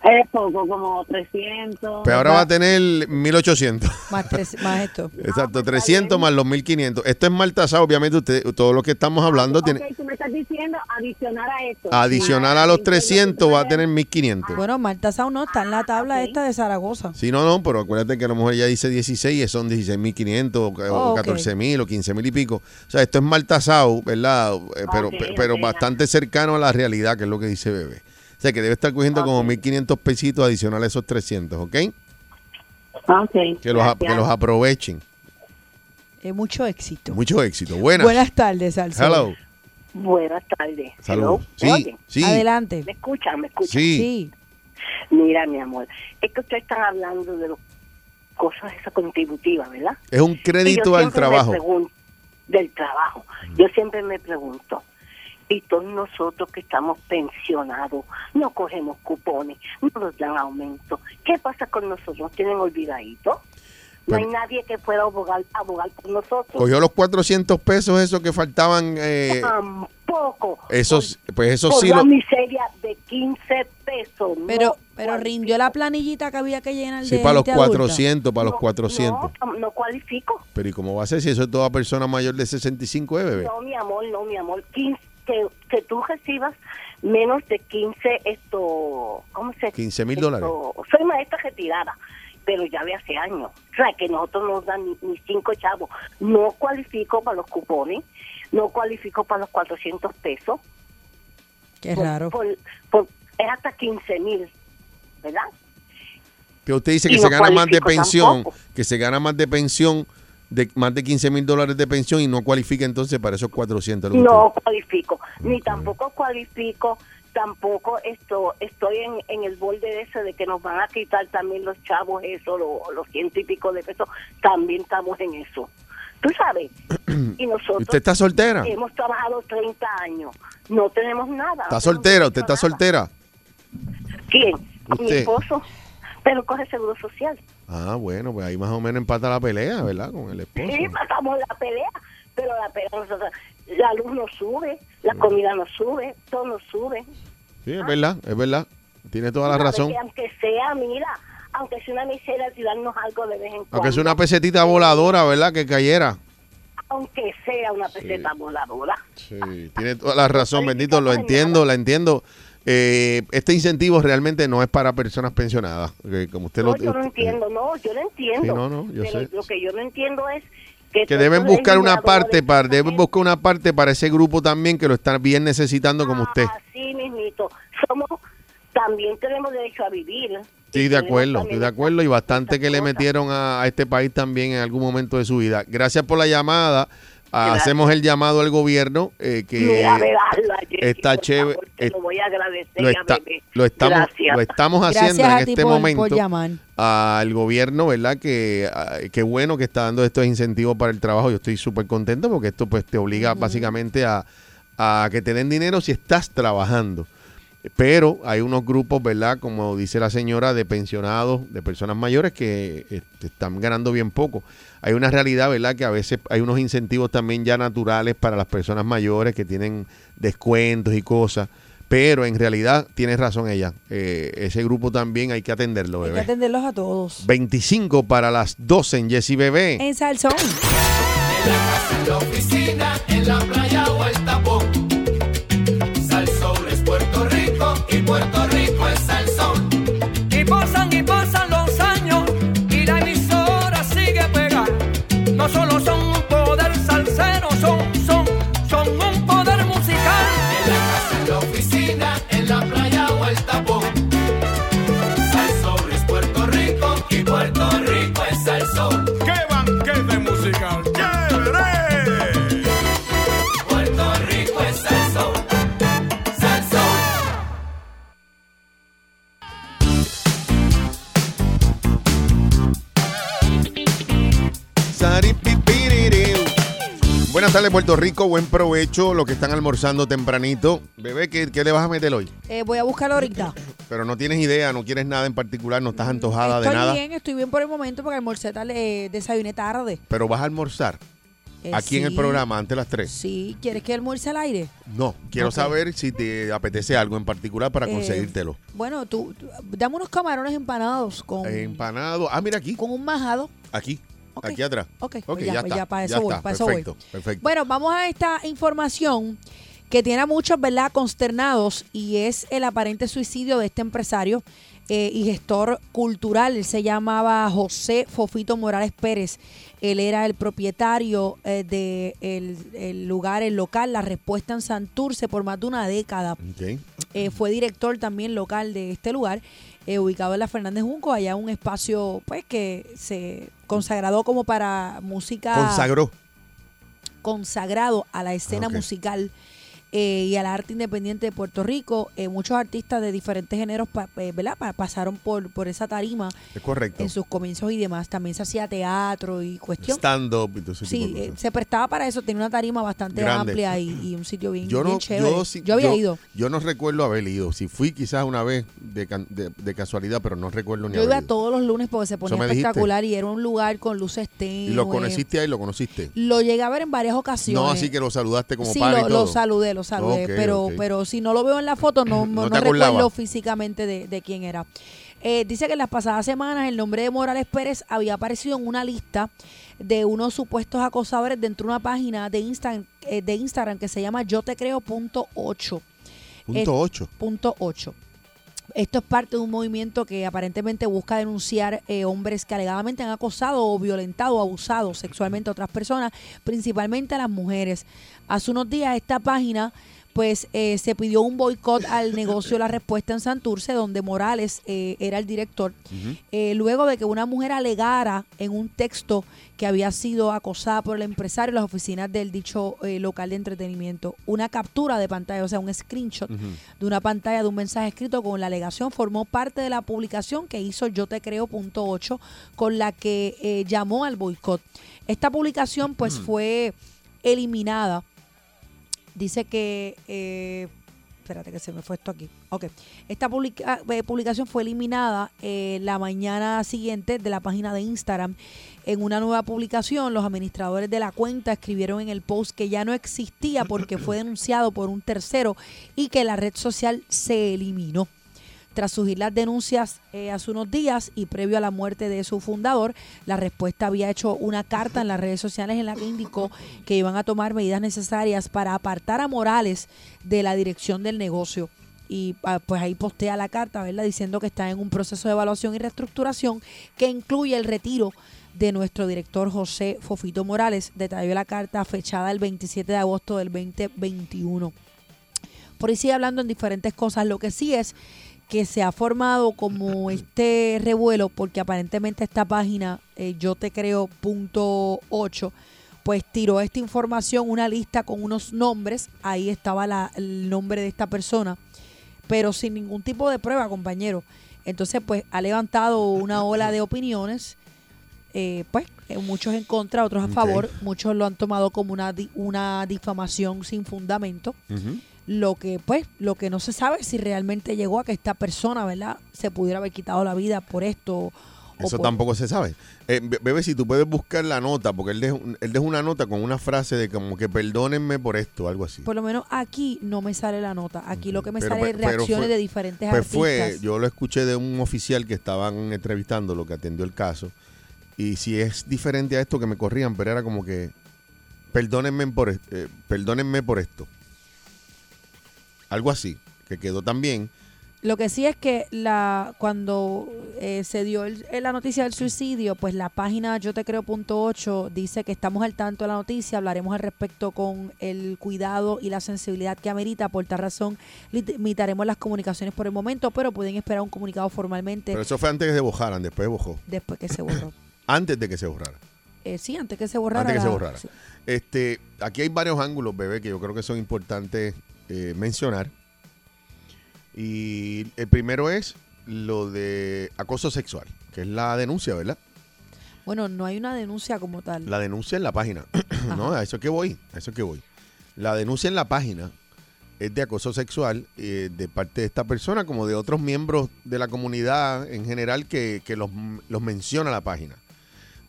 G: Es poco, como 300.
B: Pero Pues ahora va a tener 1800.
C: Más, tres- más esto.
B: Exacto, 300 más los 1500. Esto es mal tasado, obviamente. Usted, todo lo que estamos hablando tiene.
G: Ok, tú me estás diciendo adicionar a esto. Ah,
B: Adicional a los 300 va a tener 1500.
C: Bueno, Marta Sao no está en
B: Ah,
C: la tabla esta de Zaragoza.
B: Sí, no, no, pero acuérdate que a lo mejor ya dice 16 y son 16.500 o ca-
C: Oh,
B: o
C: ok.
B: 14.000 o 15.000 y pico. O sea, esto es mal tasado, ¿verdad? Eh, Pero,
G: Ok,
B: pe- pero
G: ok,
B: bastante cercano a la realidad, que es lo que dice Bebé. O sea, que debe estar cogiendo como 1.500 pesitos adicionales a esos 300, ¿ok?
G: Ah, Ok.
B: Que los, a- que los aprovechen.
C: Eh, mucho éxito.
B: Mucho éxito. Buenas.
C: Buenas tardes, Salsa.
B: Hello.
G: Buenas tardes.
B: Saludos.
G: Hello. ¿Me
B: Sí,
G: oyen?
B: sí.
C: Adelante.
G: ¿Me escuchan? ¿Me escuchan?
B: Sí.
G: Mira, mi amor, es que ustedes están hablando de las cosas esas contributivas, ¿verdad?
B: Es un
G: Y yo
B: crédito al
G: siempre me
B: trabajo.
G: pregun- del trabajo. Yo siempre me pregunto, y todos nosotros que estamos pensionados, no cogemos cupones, no nos dan aumento. ¿Qué pasa con nosotros? ¿Nos tienen olvidaditos? No hay
B: Pero-
G: nadie que pueda abogar, abogar por nosotros.
B: Cogió los 400 pesos esos que faltaban. eh,
G: Ah. Tampoco.
B: esos, pues esos
G: por
B: sí
G: la
B: lo-
G: miseria de 15 pesos. no
C: Pero, pero rindió la planillita que había que llenar
B: Sí,
C: de
B: para los
C: gente adulta.
B: 400, para los
G: No,
B: 400.
G: No, no cualifico.
B: Pero ¿y cómo va a ser si eso es toda persona mayor de 65, eh, bebé?
G: No, mi amor, no, mi amor. 15, que, que tú recibas menos de 15, esto, ¿cómo se
B: 15 mil
G: esto-
B: dólares.
G: Soy maestra retirada, pero ya de hace años. O sea, que nosotros nos dan ni, ni cinco chavos. No cualifico para los cupones, no cualifico para los 400 pesos.
C: Qué
G: Por-
C: raro.
G: por- por- es hasta 15 mil, ¿verdad?
B: Que usted dice
G: Y
B: que se
G: no
B: gana más de
G: cualifico
B: pensión,
G: tampoco.
B: que se gana más de pensión, de más de 15 mil dólares de pensión y no cualifica entonces para esos 400. lo que
G: No
B: usted-
G: cualifico, ni tampoco cualifico, tampoco esto, estoy en, en el borde ese de que nos van a quitar también los chavos, eso, lo- los ciento y pico de pesos, también estamos en eso. Tú sabes, y nosotros
B: ¿Usted está soltera?
G: hemos trabajado 30 años, no tenemos nada.
B: ¿Está soltera? ¿Usted está
G: soltero?
B: soltera?
G: ¿Quién? Mi
B: Usted.
G: esposo, pero coge seguro social.
B: Ah, bueno, pues ahí más o menos empata la pelea, ¿verdad? Con el esposo.
G: Sí, pasamos la pelea, pero la pelea nosotros, la luz no sube, la comida no sube, todo no sube.
B: Sí, es verdad, es verdad. Tiene toda la
G: Sabes
B: razón.
G: que aunque sea, mira, aunque sea una miseria, tirarnos algo de vez en cuando.
B: Aunque es una pesetita voladora, ¿verdad? Que cayera.
G: Aunque sea una peseta voladora.
B: Sí, tiene toda la razón, bendito, lo entiendo, la entiendo. Eh, este incentivo realmente no es para personas pensionadas, que como usted
G: No,
B: lo
G: yo no
B: usted-
G: entiendo, no, yo lo entiendo.
B: eh, Sí, no, no, yo
G: Pero
B: sé.
G: Lo que yo no entiendo es
B: que
G: todo
B: deben
G: eso
B: buscar
G: es
B: una
G: voladora,
B: parte para deben
G: exactamente.
B: buscar una parte para ese grupo también que lo están bien necesitando como usted.
G: Así Ah, mismito. Somos, también tenemos derecho a vivir.
B: Sí,
G: Y
B: de
G: tenemos
B: acuerdo, estoy
G: también
B: de acuerdo y bastante que le
G: cosas.
B: metieron a, a este país también en algún momento de su vida. Gracias por la llamada. Ah, Hacemos el llamado al gobierno eh, que
G: Mira, mira, la Jessy,
B: está
G: por
B: chévere-
G: favor, te lo voy a agradecer,
B: lo,
G: a
B: está-
G: bebé.
B: lo estamos,
G: Gracias.
B: lo estamos haciendo
C: Gracias a
B: en
C: ti
B: este
C: por,
B: momento.
C: por llamar.
B: al gobierno, ¿verdad? Que ah, qué bueno que está dando estos incentivos para el trabajo. Yo estoy súper contento porque esto pues te obliga básicamente a, a que te den dinero si estás trabajando. Pero hay unos grupos, ¿verdad? Como dice la señora, de pensionados, de personas mayores que eh, están ganando bien poco. Hay una realidad, ¿verdad? Que a veces hay unos incentivos también ya naturales para las personas mayores que tienen descuentos y cosas. Pero en realidad tienes razón ella. Eh, ese grupo también hay que atenderlo,
C: Hay
B: bebé.
C: que atenderlos a todos.
B: 25 para las 12 en Jessy Bebé.
C: En Salsón.
I: La oficina, en la playa o al tapón. Salsón es Puerto Rico y Puerto Rico es salsón.
J: Y pasan y pasan los años y la emisora sigue pegada. No solo son un poder salsero, son, son, son un poder musical.
I: En la casa, en la oficina, en la playa o al tapón. Salsón es Puerto Rico y Puerto Rico es salsón. ¡Qué banquete musical! ¡Chévere! Puerto Rico es salsón. Salsón.
K: Salsón,
B: Buenas tardes, Puerto Rico. Buen provecho. Los que están almorzando tempranito. Bebé, ¿qué, qué le vas a meter hoy?
C: Eh, voy a buscar ahorita.
B: Pero no tienes idea, no quieres nada en particular, no estás antojada
C: Estoy
B: de nada.
C: Mm, bien, estoy bien por el momento porque almorcé tarde, eh, desayuné tarde.
B: Pero vas a almorzar
C: Eh,
B: aquí en el
C: sí.
B: programa antes de las 3.
C: Sí, ¿quieres que almuerce al aire?
B: No, quiero
C: Ok.
B: saber si te apetece algo en particular para
C: Eh,
B: conseguírtelo.
C: Bueno, tú, tú- dame unos camarones empanados con,
B: Empanado. Ah, mira aquí.
C: con un majado.
B: Aquí. Aquí atrás.
C: um, Ok, pues
B: Ok,
C: ya,
B: ya,
C: pues
B: está.
C: ya, para eso voy,
B: está,
C: para eso voy.
B: perfecto, perfecto.
C: Bueno, vamos a esta información que tiene a muchos, ¿verdad?, consternados y es el aparente suicidio de este empresario eh, y gestor cultural. Él se llamaba José Fofito Morales Pérez. Él era el propietario del de el- el lugar, el local, La Respuesta en Santurce por más de una década.
B: Ok.
C: Eh, fue director también local de este lugar, eh, ubicado en la Fernández Junco, allá un espacio pues que se consagrado como para música
B: Consagró.
C: consagrado a la escena
B: Ah, ok.
C: musical eh, y al arte independiente de Puerto Rico. Eh, muchos artistas de diferentes géneros pa- eh, ¿verdad? Pa- pasaron por, por esa tarima
B: Es correcto.
C: en sus comienzos y demás. También se hacía teatro y cuestión.
B: Stand-up. y todo ese tipo
C: Sí,
B: de
C: eh,
B: cosas.
C: se prestaba para eso. Tenía una tarima bastante
B: Grande.
C: amplia y, y un sitio bien,
B: Yo
C: bien
B: no,
C: chévere.
B: yo, sí-
C: Yo había
B: yo-
C: ido.
B: Yo no recuerdo haber ido. Si fui quizás una vez de, can- de- de casualidad, pero no recuerdo ni
C: Yo
B: haber
C: iba
B: ido.
C: todos los lunes porque se ponía
B: me dijiste.
C: espectacular y era un lugar con luces
B: Y
C: tenues.
B: lo conociste ahí, lo conociste.
C: Lo llegué a ver en varias ocasiones.
B: No, así que lo saludaste como
C: sí,
B: padre
C: lo,
B: y todo.
C: lo saludé, lo saludé,
B: Ok,
C: pero
B: ok.
C: pero si no lo veo en la foto no, no,
B: No te
C: no recuerdo
B: acordabas.
C: físicamente de, de quién era. Eh, dice que en las pasadas semanas el nombre de Morales Pérez había aparecido en una lista de unos supuestos acosadores dentro de una página de, Insta- eh, de Instagram que se llama yo te creo punto ocho.
B: Punto
C: Es-
B: ocho.
C: punto ocho. Esto es parte de un movimiento que aparentemente busca denunciar eh, hombres que alegadamente han acosado o violentado o abusado sexualmente a otras personas, principalmente a las mujeres. Hace unos días esta página pues eh, se pidió un boicot al negocio La Respuesta en Santurce, donde Morales eh, era el director, eh, luego de que una mujer alegara en un texto que había sido acosada por el empresario en las oficinas del dicho eh, local de entretenimiento, una captura de pantalla, o sea, un screenshot de una pantalla de un mensaje escrito con la alegación formó parte de la publicación que hizo Yo Te Creo punto ocho, con la que eh, llamó al boicot. Esta publicación pues fue eliminada. Dice que... eh, espérate que se me fue esto aquí. Ok. Esta publica- eh, publicación fue eliminada eh, la mañana siguiente de la página de Instagram. En una nueva publicación, los administradores de la cuenta escribieron en el post que ya no existía porque fue denunciado por un tercero y que la red social se eliminó. Tras surgir las denuncias eh, hace unos días y previo a la muerte de su fundador, la respuesta había hecho una carta en las redes sociales en la que indicó que iban a tomar medidas necesarias para apartar a Morales de la dirección del negocio. Y ah, pues ahí postea la carta, ¿verdad? Diciendo que está en un proceso de evaluación y reestructuración que incluye el retiro de nuestro director José Fofito Morales. Detalló la carta fechada el 27 de agosto del 2021 por ahí sigue hablando en diferentes cosas. Lo que sí es que se ha formado como este revuelo, porque aparentemente esta página, eh, yo te creo, punto 8, pues tiró esta información, una lista con unos nombres. Ahí estaba la- el nombre de esta persona, pero sin ningún tipo de prueba, compañero. Entonces, pues ha levantado una ola de opiniones. eh, pues eh, muchos en contra, otros a
B: Ok.
C: favor, muchos lo han tomado como una, di- una difamación sin fundamento
B: Ujú.
C: lo que pues lo que no se sabe es si realmente llegó a que esta persona verdad se pudiera haber quitado la vida por esto o
B: Eso
C: por-
B: tampoco se sabe. Eh, be- bebé, si tú puedes buscar la nota, porque él dejó, un- él dejó una nota con una frase de como que perdónenme por esto, algo así.
C: por lo menos aquí no me sale la nota aquí lo que me
B: Pero
C: sale
B: pe-
C: es
B: pero
C: reacciones
B: fue-
C: de diferentes
B: Pues
C: artistas
B: fue, yo lo escuché de un oficial que estaban entrevistando, lo que atendió el caso. Y si es diferente a esto que me corrían, pero era como que, perdónenme por, est- eh, perdónenme por esto. Algo así, que quedó también.
C: Lo que sí es que la cuando eh, se dio el- eh, la noticia del suicidio, pues la página yo te creo punto ocho dice que estamos al tanto de la noticia, hablaremos al respecto con el cuidado y la sensibilidad que amerita. Por tal razón, limitaremos las comunicaciones por el momento, pero pueden esperar un comunicado formalmente
B: Pero eso fue antes que se bojaran, después bojó.
C: después que se borró.
B: Antes de que se borrara.
C: Eh, sí, antes que se borrara.
B: Antes que se
C: la-
B: borrara.
C: sí.
B: Este, aquí hay varios ángulos, bebé, que yo creo que son importantes eh, mencionar. Y el primero es lo de acoso sexual, que es la denuncia, ¿verdad?
C: Bueno, no hay una denuncia como tal.
B: La denuncia en la página. no, a eso es que voy. A eso es que voy. La denuncia en la página es de acoso sexual eh, de parte de esta persona como de otros miembros de la comunidad en general que, que los, los menciona la página.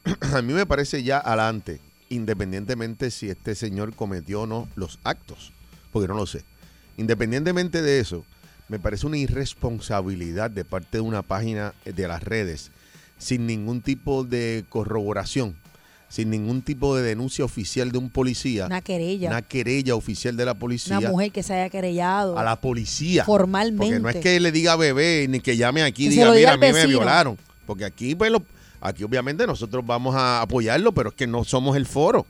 B: a mí me parece ya adelante, independientemente si este señor cometió o no los actos, porque no lo sé. Independientemente de eso, me parece una irresponsabilidad de parte de una página de las redes sin ningún tipo de corroboración, sin ningún tipo de denuncia oficial de un policía.
C: Una querella.
B: Una querella oficial de la policía.
C: Una mujer que se haya querellado.
B: a la policía.
C: Formalmente.
B: Porque no es que le diga bebé ni que llame aquí y
C: Que se
B: diga,
C: lo
B: mira,
C: diga
B: a
C: al
B: mí me
C: vecino".
B: violaron. Porque aquí, pues, lo- aquí obviamente nosotros vamos a apoyarlo, pero es que no somos el foro.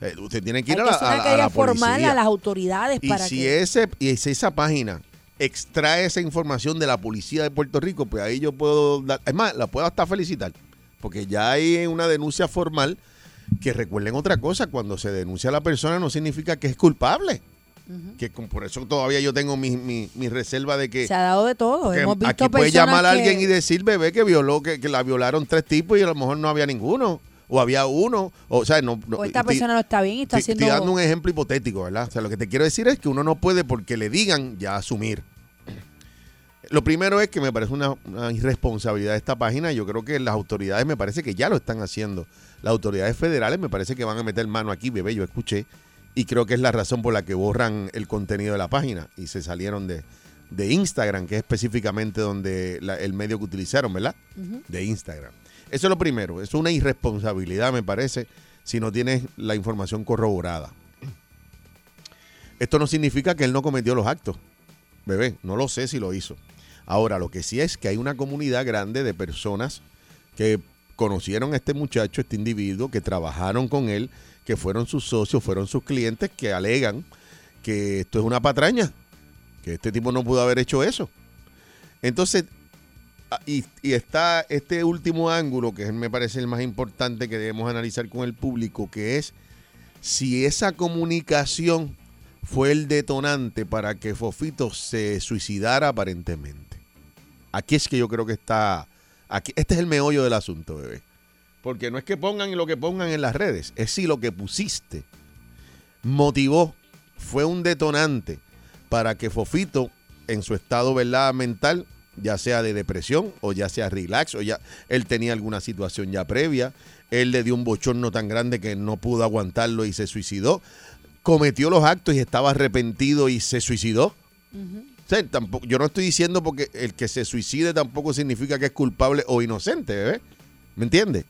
B: Eh, usted tiene que ir a
C: Hay
B: la,
C: que hacer
B: a-
C: una
B: a
C: querella
B: la
C: formal
B: policía.
C: a las autoridades
B: Y
C: para
B: si
C: que
B: ese y si esa página extrae esa información de la policía de Puerto Rico, pues ahí yo puedo dar, es más, la puedo hasta felicitar, porque ya hay una denuncia formal que recuerden otra cosa, cuando se denuncia a la persona no significa que es culpable. Que con- por eso todavía yo tengo mi, mi- mi reserva de que
C: se ha dado de todo.
B: porque
C: Hemos visto
B: aquí puede
C: personas
B: llamar a alguien
C: que-
B: y decir, bebé, que violó, que, que la violaron tres tipos y a lo mejor no había ninguno, o había uno, o sea, no, no-
C: o pues esta
B: estoy-
C: persona no está bien y está
B: Estoy-
C: haciendo...
B: Estoy dando un ejemplo hipotético, ¿verdad? O sea, lo que te quiero decir es que uno no puede porque le digan ya asumir. Lo primero es que me parece una, una irresponsabilidad de esta página. Yo creo que las autoridades me parece que ya lo están haciendo. Las autoridades federales me parece que van a meter mano aquí, bebé. Yo escuché y creo que es la razón por la que borran el contenido de la página y se salieron de, de Instagram, que es específicamente donde la- el medio que utilizaron, ¿verdad?
I: Ujú.
B: De Instagram. Eso es lo primero. Es una irresponsabilidad, me parece, si no tienes la información corroborada. Esto no significa que él no cometió los actos. Bebé, no lo sé si lo hizo. Ahora, lo que sí es que hay una comunidad grande de personas que conocieron a este muchacho, este individuo, que trabajaron con él, que fueron sus socios, fueron sus clientes, que alegan que esto es una patraña, que este tipo no pudo haber hecho eso. Entonces, Ah, y, y está este último ángulo, que me parece el más importante que debemos analizar con el público, que es si esa comunicación fue el detonante para que Fofito se suicidara aparentemente. Aquí es que yo creo que está... Aquí, este es el meollo del asunto, bebé. Porque no es que pongan lo que pongan en las redes, es si lo que pusiste motivó, fue un detonante para que Fofito, en su estado ¿verdad? mental, ya sea de depresión o ya sea relax, o ya él tenía alguna situación ya previa, él le dio un bochorno tan grande que no pudo aguantarlo y se suicidó, cometió los actos y estaba arrepentido y se suicidó. O sea, tampoco, yo no estoy diciendo porque el que se suicide tampoco significa que es culpable o inocente, bebé. ¿Me entiendes?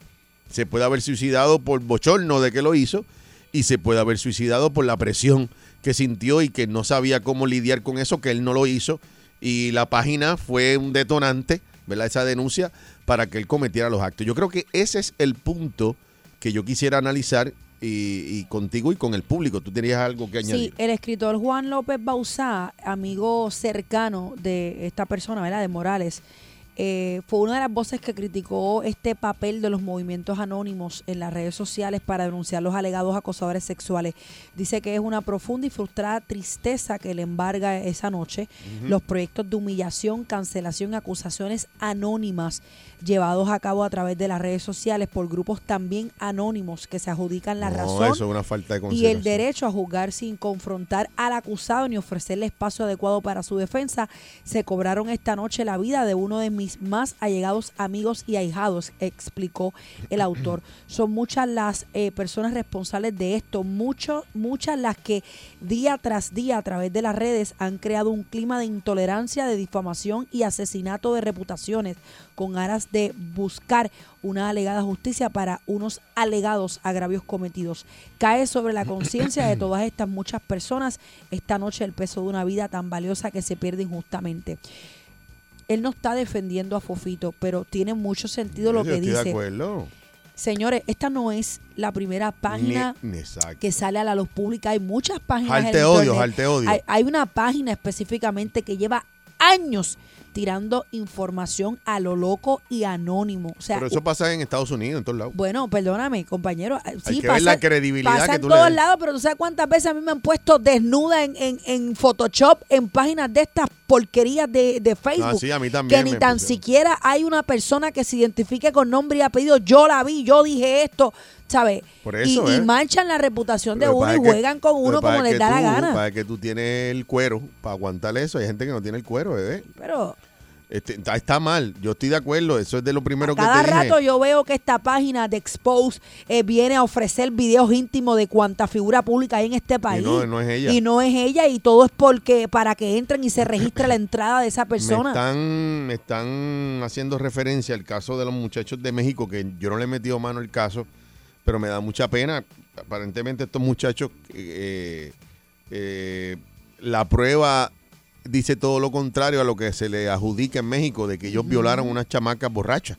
B: Se puede haber suicidado por bochorno de que lo hizo y se puede haber suicidado por la presión que sintió y que no sabía cómo lidiar con eso, que él no lo hizo. Y la página fue un detonante, ¿verdad? Esa denuncia para que él cometiera los actos. Yo creo que ese es el punto que yo quisiera analizar y, y contigo y con el público. Tú tenías algo que añadir.
C: Sí, el escritor Juan López Bausá, amigo cercano de esta persona, ¿verdad? De Morales, eh, fue una de las voces que criticó este papel de los movimientos anónimos en las redes sociales para denunciar los alegados acosadores sexuales. Dice que es una profunda y frustrada tristeza que le embarga esa noche
K: Ujú.
C: los proyectos de humillación, cancelación, acusaciones anónimas llevados a cabo a través de las redes sociales por grupos también anónimos que se adjudican la
B: No,
C: razón
B: eso es una falta de
C: y el
B: consideración.
C: derecho a juzgar sin confrontar al acusado ni ofrecerle espacio adecuado para su defensa, se cobraron esta noche la vida de uno de mis más allegados amigos y ahijados, explicó el autor. Son muchas las eh, personas responsables de esto, mucho, muchas las que día tras día a través de las redes han creado un clima de intolerancia, de difamación y asesinato de reputaciones con aras de buscar una alegada justicia para unos alegados agravios cometidos. Cae sobre la conciencia de todas estas muchas personas esta noche el peso de una vida tan valiosa que se pierde injustamente. Él no está defendiendo a Fofito, pero tiene mucho sentido lo
B: Yo
C: que
B: estoy de
C: dice.
B: acuerdo.
C: Señores, esta no es la primera página
B: Ni- exacto.
C: que sale a la luz pública. Hay muchas páginas. en
B: Jalte
C: el
B: odio,
C: internet.
B: jalte odio.
C: Hay, hay una página específicamente que lleva años tirando información a lo loco y anónimo. O sea,
B: Pero eso pasa en Estados Unidos, en todos lados.
C: bueno, perdóname, compañero. eh, Sí,
B: Hay que ver la credibilidad
C: pasa
B: que
C: en
B: tú le
C: todos
B: des.
C: lados, pero tú sabes cuántas veces a mí me han puesto desnuda en, en, en Photoshop, en páginas de estas porquerías de, de Facebook.
B: Ah, sí, a mí también
C: Que ni
B: me
C: tan
B: pusieron.
C: siquiera hay una persona que se identifique con nombre y apellido. Yo la vi, yo dije esto, ¿sabes?
B: Por
C: y,
B: eso,
C: y
B: ¿eh?
C: manchan la reputación de
B: Lo que
C: uno
B: pasa
C: y
B: es que-
C: juegan con
B: lo que
C: uno
B: pasa
C: como
B: es
C: les
B: que
C: da la
B: tú-
C: gana.
B: Para que tú tienes el cuero para aguantar eso. Hay gente que no tiene el cuero, bebé.
C: Pero
B: Este, está, está mal. Yo estoy de acuerdo. Eso es de lo primero que
C: Cada
B: te dije.
C: rato yo veo que esta página de Expose eh, viene a ofrecer videos íntimos de cuánta figura pública hay en este país.
B: no- no es ella.
C: Y no es ella, y todo es porque para que entren y se registre la entrada de esa
B: Me
C: persona.
B: están, me están haciendo referencia al caso de los muchachos de México, que yo no le he metido mano al caso, pero me da mucha pena. Aparentemente estos muchachos, eh, eh, la prueba dice todo lo contrario a lo que se le adjudica en México, de que ellos violaron unas chamacas borrachas.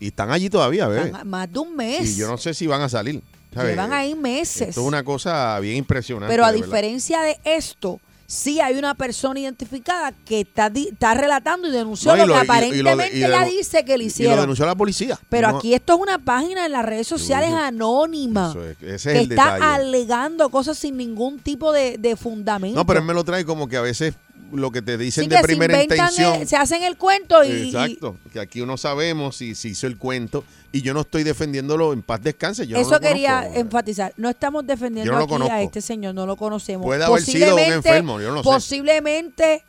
B: Y están allí todavía, bebé.
C: Están a- Más de un
B: Y
C: mes.
B: yo no sé si van a salir. ¿sabes?
C: Llevan ahí meses.
B: Esto es una cosa bien impresionante.
C: Pero a
B: de verdad.
C: diferencia de esto, sí hay una persona identificada que está, di- está relatando y denunció
B: No, y
C: lo,
B: lo- y-
C: que
B: y lo de- y
C: aparentemente
B: de-
C: ella dice que le
B: Y lo
C: hicieron.
B: denunció la policía.
C: Pero
B: No,
C: aquí esto es una página en las redes sociales anónima.
B: eso es- ese es
C: que
B: el
C: está
B: detalle.
C: alegando cosas sin ningún tipo de, de fundamento.
B: No, pero él me lo trae como que a veces lo que te dicen
C: Sí,
B: de
C: que se
B: primera
C: inventan,
B: intención.
C: eh, se hacen el cuento y, y-
B: Exacto, que aquí uno sabemos si se hizo el cuento y yo no estoy defendiéndolo en paz descanse. Yo no
C: eso
B: lo
C: quería
B: conozco. eh,
C: enfatizar. No estamos defendiendo
B: Yo no lo
C: aquí
B: conozco.
C: a este señor, no lo conocemos.
B: Puede haber sido un
C: Posiblemente-
B: enfermo, yo no sé.
C: Posiblemente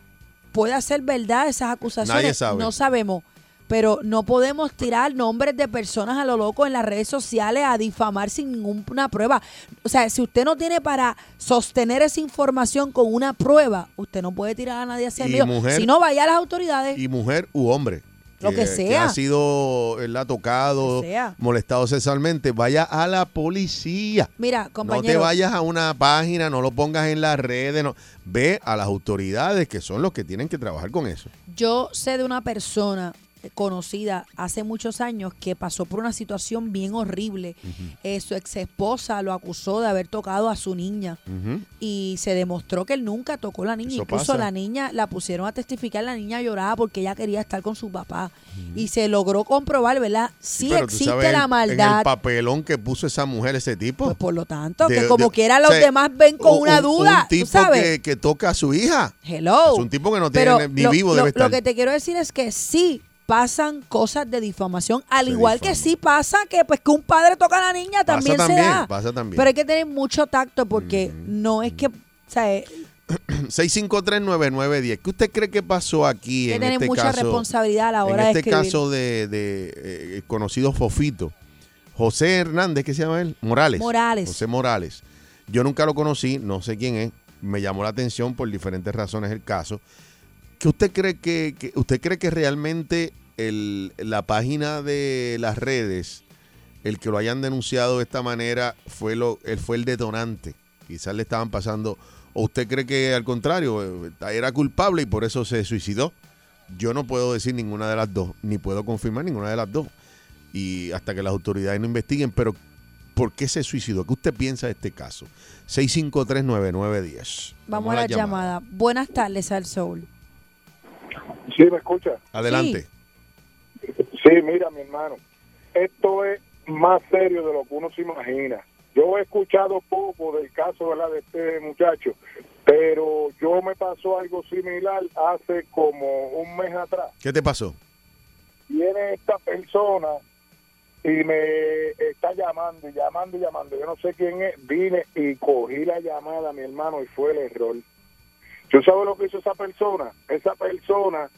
C: pueda ser verdad esas acusaciones.
B: Nadie sabe.
C: No sabemos. Pero no podemos tirar nombres de personas a lo loco en las redes sociales a difamar sin ninguna prueba. O sea, si usted no tiene para sostener esa información con una prueba, usted no puede tirar a nadie hacia
B: Y
C: el medio.
B: mujer-
C: Si no, vaya a las autoridades.
B: Y mujer u hombre.
C: Lo que sea.
B: ha sido, él ha tocado,
C: Lo que sea.
B: molestado sexualmente. Vaya a la policía.
C: Mira, compañero.
B: No te vayas a una página, no lo pongas en las redes. No. Ve a las autoridades que son los que tienen que trabajar con eso.
C: Yo sé de una persona conocida hace muchos años que pasó por una situación bien horrible. Eh, su ex esposa lo acusó de haber tocado a su niña
B: Ujú.
C: y se demostró que él nunca tocó a la niña.
B: Eso
C: Incluso
B: pasa.
C: la niña la pusieron a testificar, la niña lloraba porque ella quería estar con su papá y se logró comprobar, ¿verdad? Sí,
B: Pero tú
C: existe
B: sabes
C: la
B: en- En
C: maldad.
B: el papelón que puso esa mujer, ese tipo.
C: Pues por lo tanto,
B: De-
C: que como
B: de-
C: quiera
B: o
C: los
B: sea,
C: demás ven con
B: un-
C: una
B: un-
C: duda,
B: Un tipo
C: ¿tú sabes?
B: Que, que toca a su hija.
C: Hello.
B: Es un tipo que no tiene
C: Pero
B: ni
C: lo-
B: vivo
C: lo,
B: debe estar.
C: Lo que te quiero decir es que sí pasan cosas de difamación, al
B: Se
C: igual que
B: difama.
C: sí pasa que pues que un padre toca a la niña
B: Pasa
C: también se
B: también,
C: da.
B: pasa también.
C: Pero hay que tener mucho tacto porque no es que o sea, eh,
B: 6539910. ¿Qué usted cree que pasó aquí
C: hay que
B: en
C: tener
B: este
C: mucha
B: caso?
C: responsabilidad a la hora
B: en este
C: de escribir.
B: caso de, de, eh, el conocido Fofito. José Hernández, ¿qué se llama él? Morales.
C: Morales.
B: José Morales. Yo nunca lo conocí, no sé quién es. Me llamó la atención por diferentes razones el caso. ¿Qué usted cree que, que- usted cree que realmente el- la página de las redes, el que lo hayan denunciado de esta manera, fue lo, él fue el detonante? Quizás le estaban pasando. ¿O usted cree que al contrario, eh, era culpable y por eso se suicidó? Yo no puedo decir ninguna de las dos, ni puedo confirmar ninguna de las dos. Y hasta que las autoridades no investiguen, pero ¿por qué se suicidó? ¿Qué usted piensa de este caso? 6539910.
C: Vamos a la llamada. Buenas tardes al sol.
H: Sí, me escucha.
B: Adelante.
H: Sí, mira, mi hermano, esto es más serio de lo que uno se imagina. Yo he escuchado poco del caso ¿verdad? de este muchacho, pero yo me pasó algo similar hace como un mes atrás.
B: ¿Qué te pasó?
H: Viene esta persona y me está llamando y llamando y llamando. Yo no sé quién es. Vine y cogí la llamada, mi hermano, y fue el error. ¿Tú sabes lo que hizo esa persona? Esa persona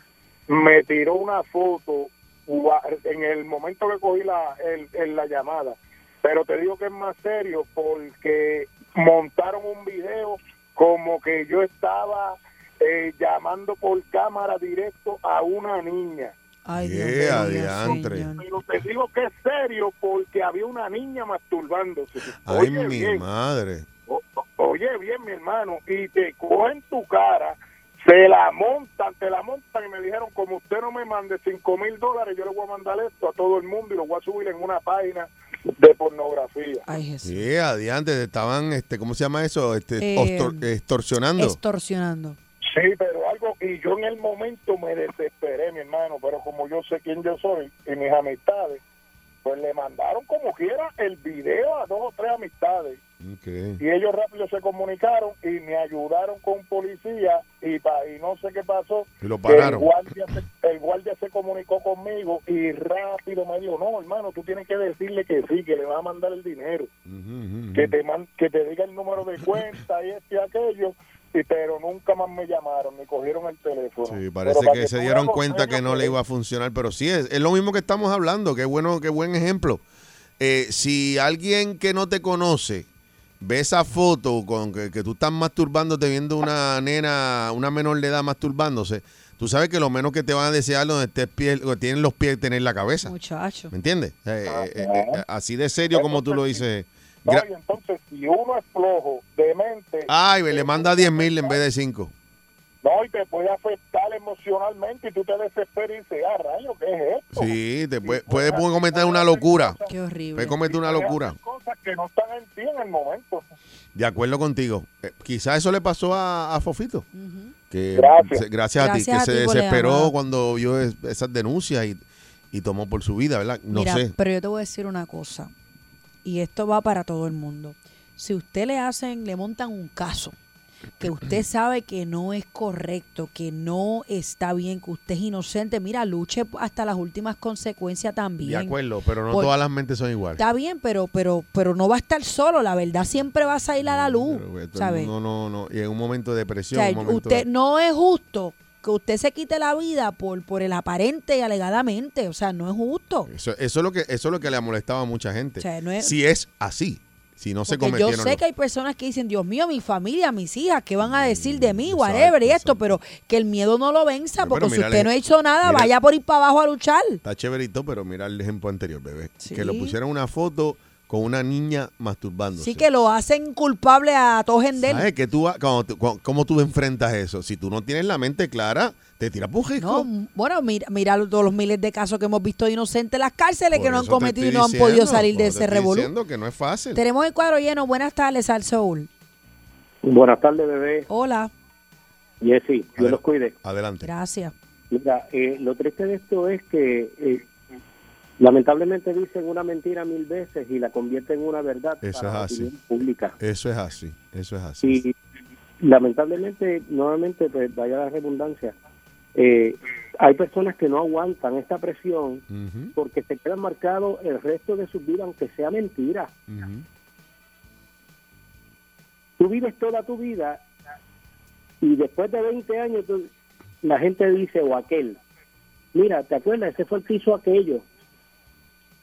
H: me tiró una foto gua- en el momento que cogí la, el- el- la llamada. Pero te digo que es más serio porque montaron un video como que yo estaba eh, llamando por cámara directo a una niña.
C: Ay, Dios mío,
B: Yeah,
C: Dios
B: diantre.
C: señor.
H: Pero te digo que es serio porque había una niña masturbándose.
B: Ay,
H: Oye,
B: mi
H: bien,
B: madre.
H: o- oye bien, mi hermano, y te cogen tu cara, se la montan, te la montan y me dijeron, como usted no me mande cinco mil dólares, yo le voy a mandar esto a todo el mundo y lo voy a subir en una página de pornografía.
C: Ay, Jesús.
B: Sí, adiante, te estaban, este, ¿cómo se llama eso? Este,
C: Eh,
B: ostor- extorsionando.
C: Extorsionando.
H: Sí, pero algo loco y yo en el momento me desesperé, mi hermano, pero como yo sé quién yo soy y mis amistades, pues le mandaron como quiera el video a dos o tres amistades
B: Ok.
H: y ellos rápido se comunicaron y me ayudaron con policía y, pa- y no sé qué pasó.
B: Y lo
H: que el
B: pararon.
H: guardia, se, el guardia se comunicó conmigo y rápido me dijo, no, hermano, tú tienes que decirle que sí, que le vas a mandar el dinero, que, te man- que te diga el número de cuenta y este y aquello. Y, pero nunca más me llamaron, ni cogieron el teléfono.
B: Sí, parece
H: Pero para
B: que, se
H: tú
B: dieron
H: veas lo
B: cuenta que no le iba a funcionar, pero sí es, es lo mismo que estamos hablando, qué bueno, qué buen ejemplo. Eh, si alguien que no te conoce ve esa foto con que, que tú estás masturbándote viendo una nena, una menor de edad masturbándose, tú sabes que lo menos que te van a desear donde estés piel, o tienen los pies tener la cabeza.
C: Muchacho.
B: ¿Me entiendes? Eh, eh, eh, eh, así de serio como tú lo dices.
H: Ah, No,
B: Gra-
H: y entonces, si uno es flojo, demente,
B: Ay, le manda 10 mil en vez de 5.
H: no, y te puede afectar emocionalmente y tú te desesperas y dices, ah, rayo, ¿qué es esto?
B: Sí, te
H: pues,
B: puede- puedes cometer una locura.
C: Qué horrible.
B: Puedes cometer una locura.
H: cosas que no están en ti en el momento.
B: De acuerdo contigo. Eh, quizás eso le pasó a, a Fofito. que,
H: Gracias.
B: se- gracias a ti,
C: Gracias
B: que
C: a
B: se
C: ti por la
B: desesperó
C: llamada.
B: cuando vio es- esas denuncias y, y tomó por su vida, ¿verdad? No
C: Mira, pues,
B: sé.
C: pero yo te voy a decir una cosa, y esto va para todo el mundo. Si usted le hacen, le montan un caso que usted sabe que no es correcto, que no está bien, que usted es inocente, mira, luche hasta las últimas consecuencias también.
B: De acuerdo, pero no
C: Por-
B: todas las mentes son iguales.
C: Está bien, pero, pero, pero no va a estar solo, la verdad siempre va a salir a la luz, ¿sabes?
B: pues, No, no, no. Y en un momento de
C: O
B: depresión,
C: sea,
B: un momento
C: usted no es justo que usted se quite la vida por, por el aparente y alegadamente, o sea, no es justo.
B: Eso, eso es lo que eso es lo que le ha molestado a mucha gente.
C: O sea, no es-
B: Si es así, si no se
C: Porque yo
B: cometieron
C: sé
B: los-
C: que hay personas que dicen, Dios mío, mi familia, mis hijas, ¿qué van a
B: Mm,
C: decir de mí? Whatever, y esto, pero que el miedo no lo venza,
B: Pero,
C: porque
B: pero
C: si
B: mira,
C: usted no ha
B: Ale-
C: hecho nada,
B: mira-
C: vaya por ir para abajo a luchar.
B: Está chéverito, pero mira el ejemplo anterior, bebé.
C: Sí.
B: Que le pusieron una foto con una niña masturbándose.
C: Así que lo hacen culpable a todos en
B: ¿Sabes que tú, ha- cuando tú- cu- ¿Cómo tú enfrentas eso? Si tú no tienes la mente clara, te tiras por un jisco.
C: No, m- bueno, mira, mira lo- todos los miles de casos que hemos visto de inocentes en las cárceles que
B: Por
C: no han
B: eso te
C: cometido y
B: estoy
C: no han podido
B: diciendo,
C: salir
B: por
C: de
B: eso te
C: ese
B: estoy
C: revolú.
B: diciendo que no es fácil.
C: Tenemos el cuadro lleno. Buenas tardes al Soul.
L: Buenas tardes, bebé.
C: Hola,
L: Jessy, Dios los cuide.
B: Adelante.
C: gracias.
L: Mira, eh, lo triste de esto es que eh, lamentablemente dicen una mentira mil veces y la convierten en una verdad
B: Eso
L: para la
B: es así.
L: opinión pública.
B: Eso es así. Eso es así.
L: Y lamentablemente, nuevamente, pues vaya la redundancia, eh, hay personas que no aguantan esta presión
B: Ujú,
L: porque se quedan marcados el resto de su vida, aunque sea mentira.
B: ujú.
L: Tú vives toda tu vida y después de 20 años tú- la gente dice, o aquel, mira, ¿te acuerdas? Ese fue el que hizo aquello.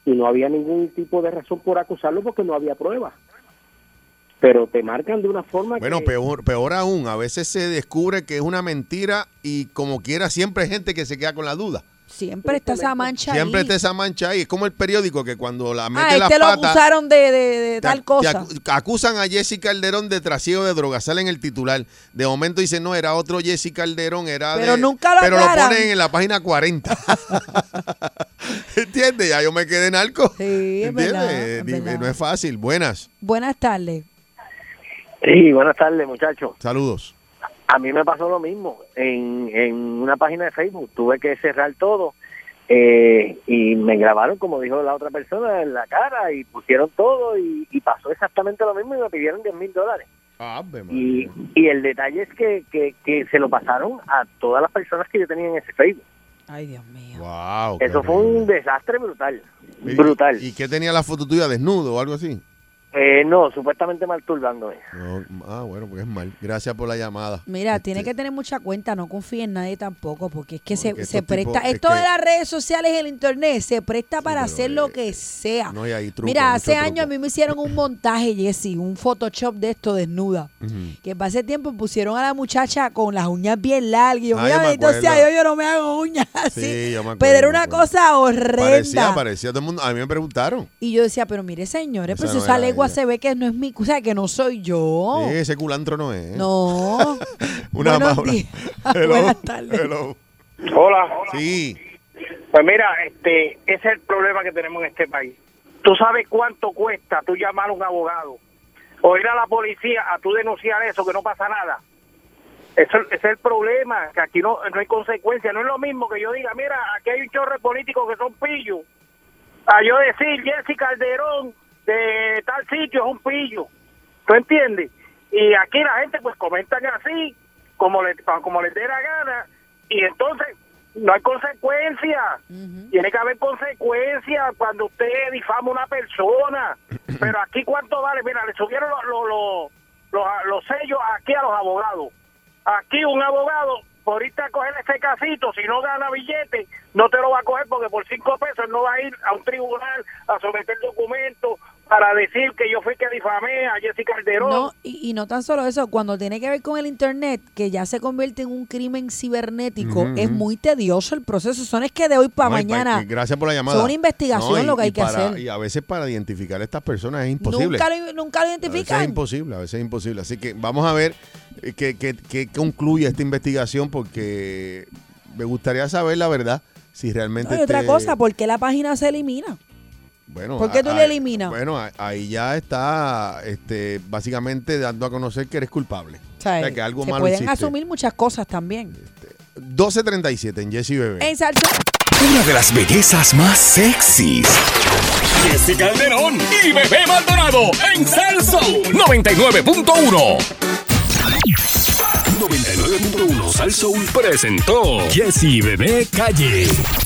L: Y no había ningún tipo de razón por acusarlo porque no había pruebas. Pero te marcan de una forma
B: Bueno,
L: que...
B: peor, peor aún, a veces se descubre que es una mentira y como quiera siempre hay gente que se queda con la duda.
C: Siempre está esa mancha
B: Siempre
C: ahí.
B: está esa mancha ahí. Es como el periódico que cuando la mete
C: Ah,
B: la
C: este lo
B: pata...
C: acusaron de, de- de
B: Te ac-
C: tal
B: te
C: cosa.
B: acu- acusan a Jesse Calderón de trasiego de droga. Sale en el titular. De momento dicen, no, era otro Jesse Calderón. Era
C: Pero
B: de-
C: nunca lo
B: Pero lo
C: aclaran.
B: ponen en la página 40. ¿Entiendes? Ya yo me quedé narco.
C: Sí, es
B: ¿Entiendes? Eh,
C: verdad, es
B: Dime,
C: verdad.
B: No es fácil. Buenas.
C: Buenas tardes.
F: Sí, buenas tardes, muchachos.
B: Saludos.
F: A mí me pasó lo mismo en, en una página de Facebook. Tuve que cerrar todo eh, y me grabaron, como dijo la otra persona, en la cara y pusieron todo y, y pasó exactamente lo mismo y me pidieron 10 mil dólares. Y, y el detalle es que, que, que se lo pasaron a todas las personas que yo tenía en ese Facebook.
C: Ay, Dios mío.
B: Wow.
F: Eso fue un desastre brutal. brutal.
B: ¿Y qué tenía la foto tuya desnudo o algo así?
F: Eh, no, supuestamente masturbándome.
B: No, ah, bueno, porque es mal. Gracias por la llamada.
C: Mira,
B: Este,
C: tiene que tener mucha cuenta, no confíe en nadie tampoco, porque es que se,
B: Porque
C: se
B: estos
C: presta,
B: tipos- es
C: esto
B: que- eh,
C: de las redes sociales y el internet se presta para hacer lo que sea.
B: No, y ahí truco,
C: Mira,
B: mucho
C: hace años a
B: truco.
C: mí me hicieron un montaje, Jessy, un Photoshop de esto desnuda.
B: Ujú.
C: Que para ese tiempo pusieron a la muchacha con las uñas bien largas. Y yo,
B: Ah,
C: mira,
B: yo me
C: bendito sea
B: acuerdo.
C: Dios, yo no me hago uñas así.
B: Sí, yo me acuerdo,
C: pero era
B: me
C: una
B: acuerdo.
C: cosa horrenda.
B: Parecía, parecía todo el mundo. A mí me preguntaron.
C: Y yo decía, pero mire, señores,
B: Esa
C: pues
B: no
C: esa
B: era ella.
C: legua se ve que no es mi, o sea, que no soy yo.
B: Sí, ese culantro no es.
C: No.
B: ¿Eh? Una
C: Buenos
B: más, una-
C: días.
B: Hello,
C: Buenas tardes.
B: hello.
M: Hola.
B: Sí.
M: Pues mira, este, ese es el problema que tenemos en este país. Tú sabes cuánto cuesta tú llamar a un abogado o ir a la policía a tú denunciar eso, que no pasa nada.
H: Eso, ese es el problema, que aquí no, no hay consecuencia. No es lo mismo que yo diga, mira, aquí hay un chorro de políticos que son pillos. A yo decir, Jesse Calderón de tal sitio es un pillo. ¿Tú entiendes? Y aquí la gente pues comentan así, como, le, como les dé la gana, y entonces no hay consecuencia. Tiene que haber consecuencia cuando usted difama a una persona. Pero aquí cuánto vale, mira, le subieron los, los, los, los, los sellos aquí a los abogados. Aquí un abogado, por irte a coger ese casito, si no gana billete, no te lo va a coger porque por cinco pesos él no va a ir a un tribunal a someter documentos para decir que yo fui que difamé a Jessica Calderón.
C: No, y, y no tan solo eso, cuando tiene que ver con el Internet, que ya se convierte en un crimen cibernético,
B: Ujú,
C: es
B: ujú.
C: muy tedioso el proceso. Son es que de hoy para
B: No, y pa-
C: mañana.
B: y gracias por la llamada.
C: Son una investigación
B: No, y-
C: lo que hay
B: y
C: que
B: para-
C: hacer.
B: Y a veces para identificar a estas personas es imposible.
C: Nunca lo, nunca lo
B: A veces
C: identifican.
B: es imposible, a veces es imposible. Así que vamos a ver eh, qué, qué- qué concluye esta investigación porque me gustaría saber la verdad. Si realmente.
C: No, y otra
B: este-
C: cosa, ¿por qué la página se elimina?
B: Bueno,
C: ¿Por qué tú
B: a-
C: le
B: a-
C: eliminas?
B: Bueno, a- ahí ya está este, básicamente dando a conocer que eres culpable.
C: O sea,
B: que algo
C: se
B: malo
C: pueden
B: hiciste.
C: asumir muchas cosas también.
B: 12.37 en Jesse Bebé.
C: En Salsón.
A: Una de las bellezas más sexys. Jesse Calderón y Bebé Maldonado en Salso 99.1. 99.1 Salsoul presentó Jesse Bebé Calle.